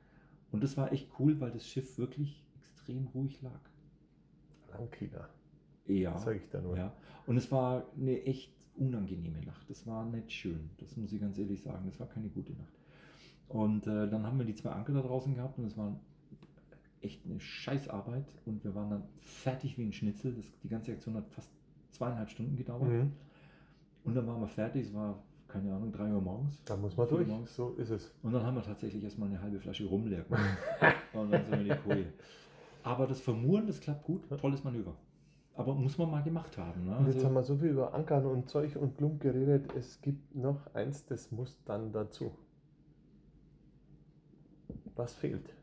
Und das war echt cool, weil das Schiff wirklich extrem ruhig lag. Langkieler, Ja. das sag ich da nur. ja. Und es war eine echt unangenehme Nacht. Das war nicht schön. Das muss ich ganz ehrlich sagen. Das war keine gute Nacht. Und äh, dann haben wir die zwei Anker da draußen gehabt und es war echt eine Scheißarbeit. Und wir waren dann fertig wie ein Schnitzel. Das, die ganze Aktion hat fast zweieinhalb Stunden gedauert. Mhm. Und dann waren wir fertig, es war, keine Ahnung, 3 Uhr morgens. Da muss man Vier Uhr durch, morgens. so ist es. Und dann haben wir tatsächlich erstmal eine halbe Flasche Rum leer gemacht. *laughs* Und dann sind wir in die Koje. Aber das Vermuren, das klappt gut, tolles Manöver. Aber muss man mal gemacht haben. Ne? Und jetzt haben Also, wir so viel über Ankern und Zeug und Klump geredet, es gibt noch eins, das muss dann dazu. Was fehlt?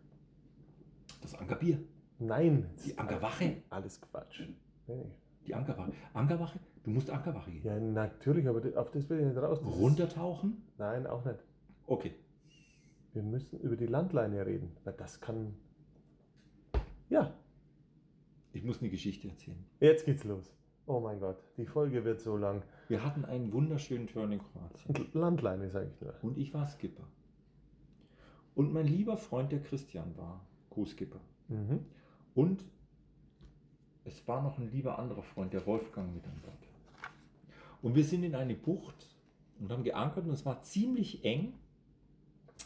das Ankerbier, Nein. die Ankerwache. Alles Quatsch. Nee, nee. Die Ankerwache. Ankerwache, du musst Ankerwache gehen. Ja, natürlich, aber das- auf das will ich nicht raus. Das ist- Runtertauchen? Nein, auch nicht. Okay. Wir müssen über die Landleine reden. Na, das kann. Ja, Ich muss eine Geschichte erzählen. Jetzt geht's los. Oh mein Gott, die Folge wird so lang. Wir hatten einen wunderschönen Turn in Kroatien. Landleine, sag ich nur. Und ich war Skipper. Und mein lieber Freund, der Christian, war Co-Skipper. Mhm. Und es war noch ein lieber anderer Freund, der Wolfgang, mit an Bord. Und wir sind in eine Bucht und haben geankert und es war ziemlich eng.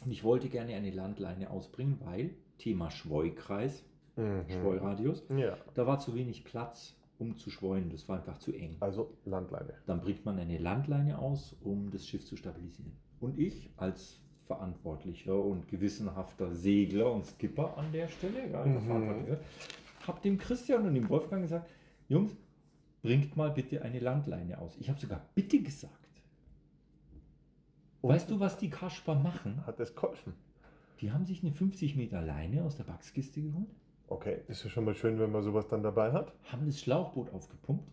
Und ich wollte gerne eine Landleine ausbringen, weil Thema Schweukreis, Mhm. Schweuradius, Ja, da war zu wenig Platz, um zu schweuen. Das war einfach zu eng. also Landleine. Dann bringt man eine Landleine aus, um das Schiff zu stabilisieren. Und ich als verantwortlicher und gewissenhafter Segler und Skipper an der Stelle, ja, Mhm. verantwortlicher, habe dem Christian und dem Wolfgang gesagt, Jungs, bringt mal bitte eine Landleine aus. Ich habe sogar bitte gesagt. Und- weißt du, was die Kasper machen? Hat das geholfen? Die haben sich eine 50 Meter Leine aus der Backskiste geholt, Okay, ist ja schon mal schön, wenn man sowas dann dabei hat. haben das Schlauchboot *laughs* aufgepumpt,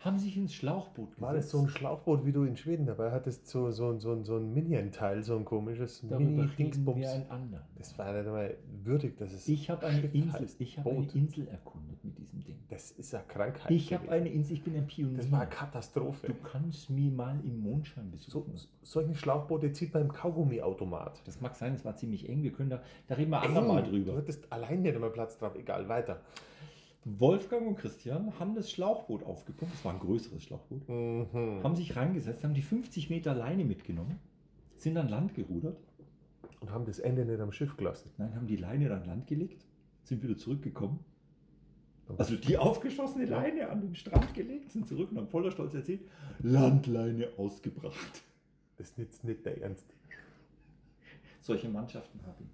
haben sich ins Schlauchboot gesetzt. War das so ein Schlauchboot, wie du in Schweden dabei hattest, so, so, so, so ein Minion-Teil, so ein komisches Darüber reden wir Mini-Dingsbums? einen anderen. Das war nicht mal würdig, dass es Ich habe eine, Schiff Insel, heißt, ich habe eine Boot. Insel erkundet mit diesem Ding. Das ist ja Krankheit. Ich habe gewesen. eine Insel, ich bin ein Pionier. Das war eine Katastrophe. du kannst mir mal im Mondschein besuchen. So, solche Schlauchboote zieht man im Kaugummiautomat. das mag sein, es war ziemlich eng. Wir können da, da reden wir andermal Ey, Du drüber. hattest allein nicht mehr Platz drauf, egal, weiter. Wolfgang und Christian haben das Schlauchboot aufgepumpt. Es war ein größeres Schlauchboot. Mhm. Haben sich reingesetzt, haben die 50 Meter Leine mitgenommen, sind an Land gerudert. Und haben das Ende nicht am Schiff gelassen. Nein, haben die Leine an Land gelegt, sind wieder zurückgekommen. Also die aufgeschossene Leine an den Strand gelegt, sind zurück und haben voller Stolz erzählt, Landleine ausgebracht. Das ist jetzt nicht der Ernst. solche Mannschaften habe ich.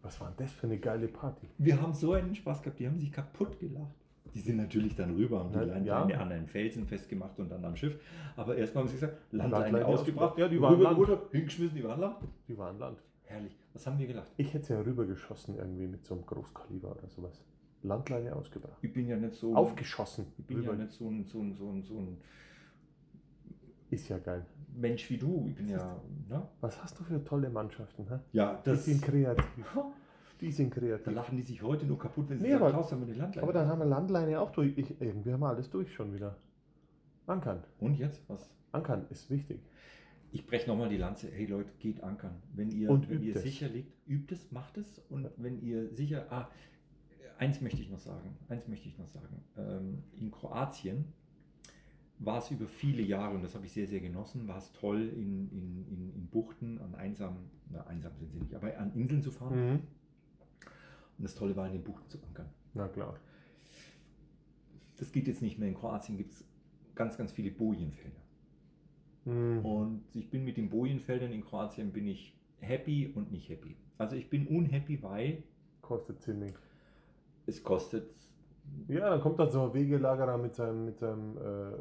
Was war denn das für eine geile Party? Wir haben so einen Spaß gehabt, die haben sich kaputt gelacht. Die sind natürlich dann rüber, haben die Na, Landleine ja. an einen Felsen festgemacht und dann am Schiff. Aber erstmal haben sie gesagt, Landleine, Landleine ausgebracht, ausgebracht. Ja, die waren rüber, Land. rüber, hingeschmissen, die waren Land. Die war an Land. Herrlich, was haben wir gelacht? Ich hätte sie ja rübergeschossen irgendwie mit so einem Großkaliber oder sowas. Landleine ausgebracht. Ich bin ja nicht Oh. so, Aufgeschossen. ich bin Rüber. ja nicht so ein, so, ein, so, ein, so ein Ist ja geil. Mensch wie du. Ich bin ja, ne? Was hast du für tolle Mannschaften? Hä? ja, das, die sind kreativ. Die sind *laughs* da kreativ. lachen die sich heute nur kaputt, wenn sie Nee, sagen, aber- Klaus, haben wir eine Landleine. Aber dann haben wir Landleine auch durch. Ich, irgendwie haben wir alles durch schon wieder. Ankern. und jetzt, was? Ankern ist wichtig. Ich breche nochmal die Lanze. Hey Leute, geht ankern. Wenn ihr, Und wenn übt ihr es. sicher liegt, übt es, macht es. Und Ja. wenn ihr sicher. Ah, eins möchte ich noch sagen. Eins möchte ich noch sagen. Ähm, in Kroatien war es über viele Jahre, und das habe ich sehr, sehr genossen, war es toll, in, in, in, in Buchten an einsamen, na einsam sind sie nicht, aber an Inseln zu fahren. Mhm. Und das Tolle war, in den Buchten zu ankern. Na klar. Das geht jetzt nicht mehr. In Kroatien gibt es ganz, ganz viele Bojenfelder. Mhm. Und ich bin mit den Bojenfeldern in Kroatien bin ich happy und nicht happy. Also ich bin unhappy, weil Kostet ziemlich. es kostet. Ja, dann kommt dann so ein Wegelagerer mit seinem, mit seinem äh,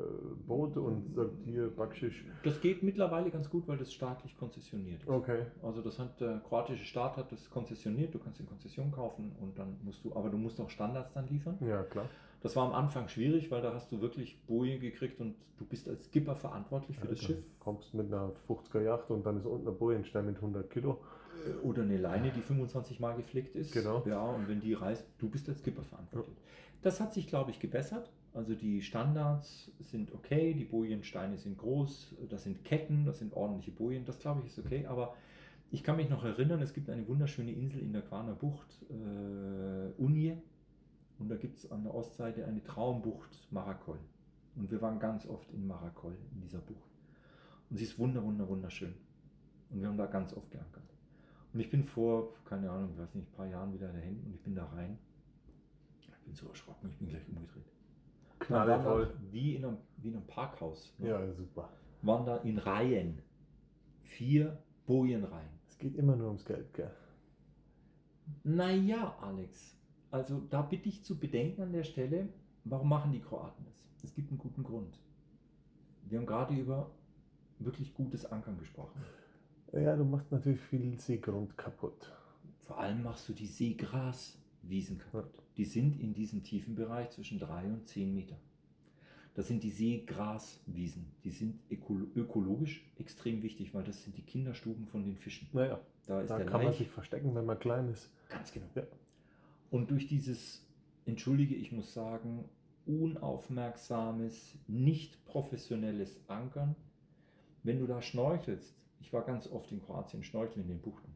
Boot und sagt hier Backschisch. Das geht mittlerweile ganz gut, weil das staatlich konzessioniert ist. Okay. Also das hat der kroatische Staat hat das konzessioniert. Du kannst die Konzession kaufen und dann musst du, aber du musst auch Standards dann liefern. Ja, klar. Das war am Anfang schwierig, weil da hast du wirklich Boje gekriegt und du bist als Skipper verantwortlich für das Alter, Schiff Kommst mit einer 50er Yacht und dann ist unten ein Bojenstein mit 100 Kilo. äh, oder eine Leine, die 25 Mal geflickt ist. Genau. Ja, und wenn die reißt, du bist als Skipper verantwortlich. Das hat sich, glaube ich, gebessert. Also die Standards sind okay, die Bojensteine sind groß, das sind Ketten, das sind ordentliche Bojen, das glaube ich ist okay, aber ich kann mich noch erinnern, es gibt eine wunderschöne Insel in der Quarner Bucht, äh, Unje, und da gibt es an der Ostseite eine Traumbucht, Marakol. Und wir waren ganz oft in Marakol, in dieser Bucht. Und sie ist wunder, wunder, wunderschön. Und wir haben da ganz oft geankert. Und ich bin vor, keine Ahnung, ich weiß nicht, ein paar Jahren wieder dahin und ich bin da rein. Ich bin so erschrocken, ich bin gleich umgedreht. Dann waren da, Knallevoll. wie, in einem, wie in einem Parkhaus. ne? Ja, super. Waren da in Reihen. Vier Bojenreihen. Es geht immer nur ums Geld, gell? Naja, Alex, also da bitte ich zu bedenken an der Stelle, warum machen die Kroaten das? Es gibt einen guten Grund. Wir haben gerade über wirklich gutes Ankern gesprochen. Ja, du machst natürlich viel Seegrund kaputt. Vor allem machst du die Seegraswiesen kaputt. Die sind in diesem tiefen Bereich zwischen 3 und 10 Meter. Das sind die Seegraswiesen. Die sind öko ökologisch extrem wichtig, weil das sind die Kinderstuben von den Fischen. Naja, Da ist da der kann man Laich. sich verstecken, wenn man klein ist. Ganz genau. Ja. Und durch dieses, entschuldige, ich muss sagen, unaufmerksames, nicht professionelles Ankern, wenn du da schnorchelst, ich war ganz oft in Kroatien schnorcheln in den Buchten.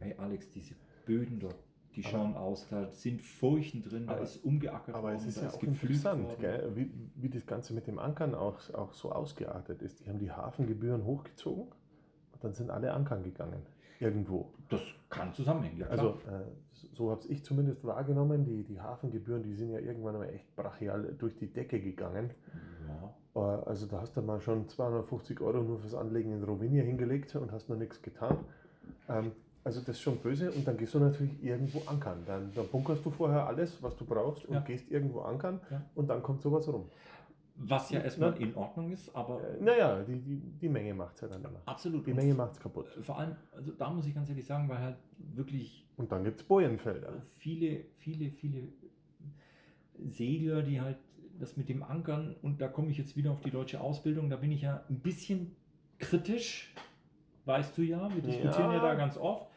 Hey Alex, diese Böden dort, die Aber- schauen aus, da sind Furchen drin, da Aber- ist umgeackert Aber es ist da ja auch gepflügt interessant, worden. gell? Wie, wie das Ganze mit dem Ankern auch, auch so ausgeartet ist. Die haben die Hafengebühren hochgezogen und dann sind alle ankern gegangen. Irgendwo. Das kann zusammenhängen, ja. Also äh, so habe ich zumindest wahrgenommen. Die, die Hafengebühren, die sind ja irgendwann mal echt brachial durch die Decke gegangen. ja. Äh, also da hast du mal schon 250 Euro nur fürs Anlegen in Rovinia hingelegt und hast noch nichts getan. Ähm, also das ist schon böse und dann gehst du natürlich irgendwo ankern. Dann, dann bunkerst du vorher alles, was du brauchst und Ja. gehst irgendwo ankern Ja. und dann kommt sowas rum. Was ja ne? erstmal in Ordnung ist, aber Äh, naja, die, die, die Menge macht es ja dann immer. absolut. Die Menge macht es kaputt. Vor allem, also da muss ich ganz ehrlich sagen, weil halt wirklich Und dann gibt es Bojenfelder. halt, also viele, viele, viele Segler, die halt das mit dem Ankern, und da komme ich jetzt wieder auf die deutsche Ausbildung, da bin ich ja ein bisschen kritisch, weißt du ja, wir diskutieren ja, Ja. da ganz oft,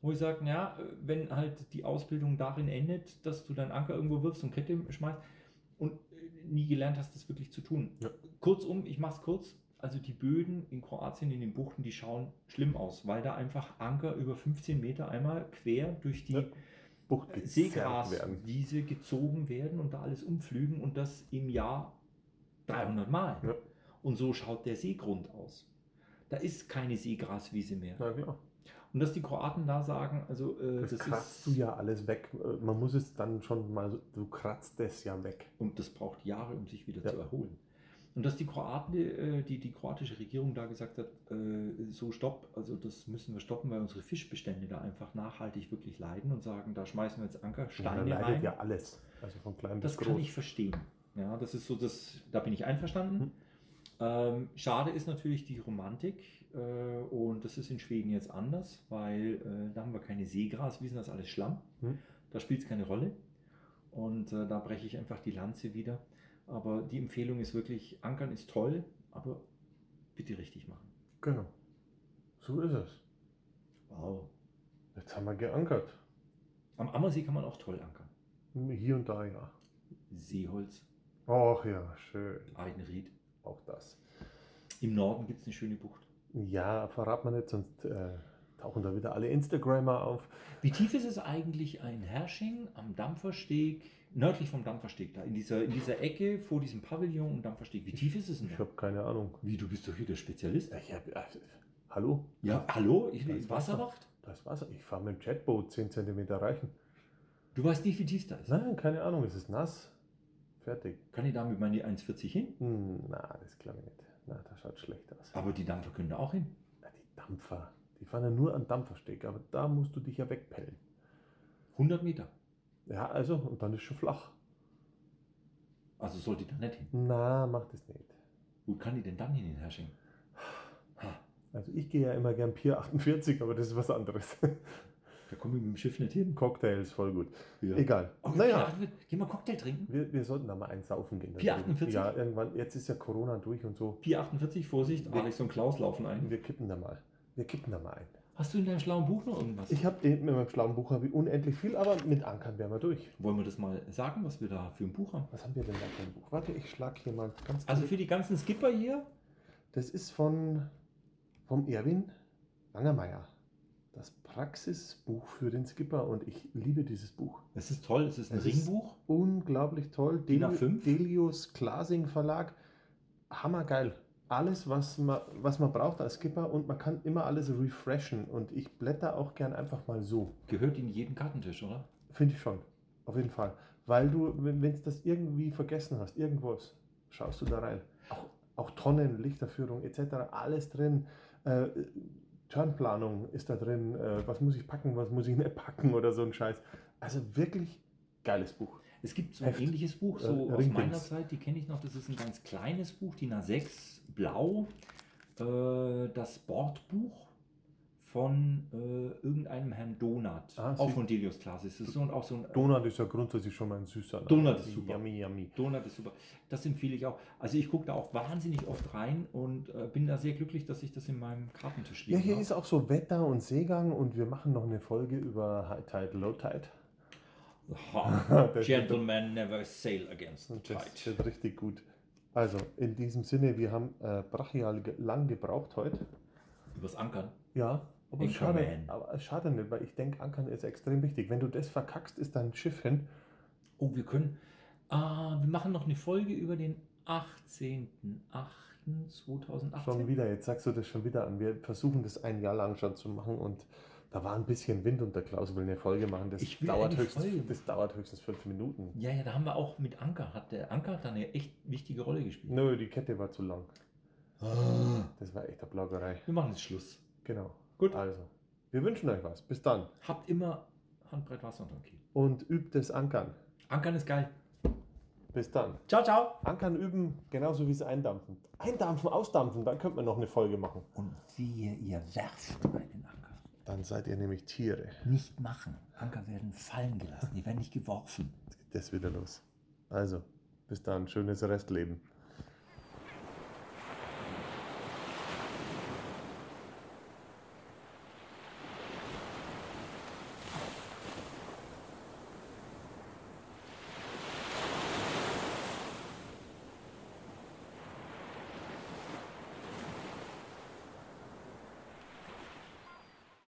wo ich sage, ja, wenn halt die Ausbildung darin endet, dass du deinen Anker irgendwo wirfst und Kette schmeißt und nie gelernt hast, das wirklich zu tun. Ja. Kurzum, ich mache es kurz, also die Böden in Kroatien, in den Buchten, die schauen schlimm aus, weil da einfach Anker über 15 Meter einmal quer durch die Ja. Bucht gezerrt werden. Seegraswiese gezogen werden und da alles umflügen und das im Jahr 300 Mal. Ja. Und so schaut der Seegrund aus. Da ist keine Seegraswiese mehr. Na klar. Und dass die Kroaten da sagen, also äh, Das, das, kratzt ist du ja alles weg. Äh, Man muss es dann schon mal, so- du kratzt es ja weg. und das braucht Jahre, um sich wieder Ja. zu erholen. Und dass die Kroaten, äh, die, die kroatische Regierung da gesagt hat, äh, so stopp, also das müssen wir stoppen, weil unsere Fischbestände da einfach nachhaltig wirklich leiden und sagen, da schmeißen wir jetzt Anker, Und da Steine leidet rein. ja alles. Also von klein Das bis groß. kann ich verstehen. Ja, das ist so, das, da bin ich einverstanden. Hm. Ähm, schade ist natürlich die Romantik äh, und das ist in Schweden jetzt anders, weil äh, da haben wir keine Seegraswiesen, das ist alles Schlamm. Hm. Da spielt es keine Rolle und äh, da breche ich einfach die Lanze wieder. Aber die Empfehlung ist wirklich, Ankern ist toll, aber bitte richtig machen. Genau. So ist es. Wow. Jetzt haben wir geankert. Am Ammersee kann man auch toll ankern. Hier und da, ja. Seeholz, Ach ja, schön. Eidenried. Auch das. Im Norden gibt es eine schöne Bucht. Ja, verrat man nicht, sonst äh, tauchen da wieder alle Instagrammer auf. Wie tief ist es eigentlich ein Hersching am Dampfersteg, nördlich vom Dampfersteg da, in dieser, in dieser Ecke vor diesem Pavillon und Dampfersteg? Wie tief ist es denn? Ich da? habe keine Ahnung. Wie, du bist doch hier der Spezialist. Ich hab, äh, hallo? Ja, hallo, ich Da ist bin Wasser. Wasserwacht. Das war's. Ich fahre mit dem Jetboot 10 cm reichen. Du weißt nicht, wie tief da ist. Nein, keine Ahnung. Es ist nass. Fertig. Kann ich da mit meinen 1,40 hin? Hm, Na, das glaube ich nicht. Na, das schaut schlecht aus. Aber die Dampfer können da auch hin. Na, die Dampfer. Die fahren ja nur an Dampfersteg, aber da musst du dich ja wegpellen. 100 Meter. Ja, also, und dann ist schon flach. Also sollte ich da nicht hin. Na, mach das nicht. Wo kann ich denn dann hin in Hersching? Ha, Also ich gehe ja immer gern Pier 48, aber das ist was anderes. *laughs* da komme ich mit dem Schiff nicht hin. Cocktails, voll gut. Ja. Egal. Oh, naja, naja. Geh mal Cocktail trinken. wir, wir sollten da mal eins saufen gehen. Also, Pier 48? Ja, irgendwann. Jetzt ist ja Corona durch und so. 4,48, Vorsicht, Alex und Klaus laufen ein. Wir kippen da mal. Wir kippen da mal ein. Hast du in deinem schlauen Buch noch irgendwas? Ich habe mit meinem schlauen Buch habe ich unendlich viel, aber mit Ankern wären wir durch. Wollen wir das mal sagen, was wir da für ein Buch haben? Was haben wir denn da für ein Buch? Warte, ich schlag hier mal ganz. Also durch. für die ganzen Skipper hier, Das ist von vom Erwin Langermeier. Das Praxisbuch für den Skipper und ich liebe dieses Buch. es ist toll, es ist ein Es ist- Ringbuch. Unglaublich toll. DIN A5? Delius Klasing Verlag. Hammergeil. Alles, was man, was man braucht als Skipper und man kann immer alles refreshen. Und ich blätter auch gern einfach mal so. Gehört in jeden Kartentisch, oder? Finde ich schon. Auf jeden Fall. Weil du, wenn du das irgendwie vergessen hast, irgendwas, schaust du da rein. Auch, auch Tonnen, Lichterführung etc. Alles drin. Äh, Turnplanung ist da drin. Äh, was muss ich packen, was muss ich nicht packen oder so ein Scheiß. Also wirklich geiles Buch. Es gibt so ein Heft. ähnliches Buch, so Äh, aus Ringdings. meiner Zeit, die kenne ich noch. Das ist ein ganz kleines Buch, DIN A6, blau. Äh, das Bordbuch von äh, irgendeinem Herrn Donat, Ah, auch sie- von Delius Klaas. Es ist so und auch so ein Donut ist ja grundsätzlich schon mal ein süßer Name. Donut ist super. Yummy, yummy. Donut ist super. Das empfehle ich auch. Also ich gucke da auch wahnsinnig oft rein und äh, bin da sehr glücklich, dass ich das in meinem Kartentisch Ja, liegen hier habe. ist auch so Wetter und Seegang und wir machen noch eine Folge über High Tide, Low Tide. Ha, *laughs* Das- Gentlemen never sail against the Und das tide. wird richtig gut. Also, in diesem Sinne, wir haben äh, brachial ge- lang gebraucht heute. Übers Ankern. Ja, aber Anchorman. schade, aber schade nicht, weil ich denke, Ankern ist extrem wichtig. Wenn du das verkackst, ist dein Schiff hin. Oh, wir können. Ah, wir machen noch eine Folge über den 18.8. 2018. Schon wieder, jetzt sagst du das schon wieder an. Wir versuchen das ein Jahr lang schon zu machen und da war ein bisschen Wind und der Klaus will eine Folge machen. Das, Ich will dauert, eine höchstens, Folge. das dauert höchstens fünf Minuten. Ja, ja, da haben wir auch mit Anker, hat der Anker hat da eine echt wichtige Rolle gespielt. Nö, die Kette war zu lang. Ah. Das war echt eine Bloggerei. Wir machen jetzt Schluss. Genau. Gut. Also, wir wünschen euch was. Bis dann. Habt immer Handbreit Wasser unter dem Kiel. Und übt das Ankern. Ankern ist geil. Bis dann. Ciao, ciao. Ankern üben, genauso wie es eindampfen. Eindampfen, ausdampfen, dann könnte man noch eine Folge machen. Und wehe, ihr werft einen Anker. Dann seid ihr nämlich Tiere. Nicht machen. Anker werden fallen gelassen. Die werden nicht geworfen. Jetzt geht das wieder los. Also, bis dann. Schönes Restleben.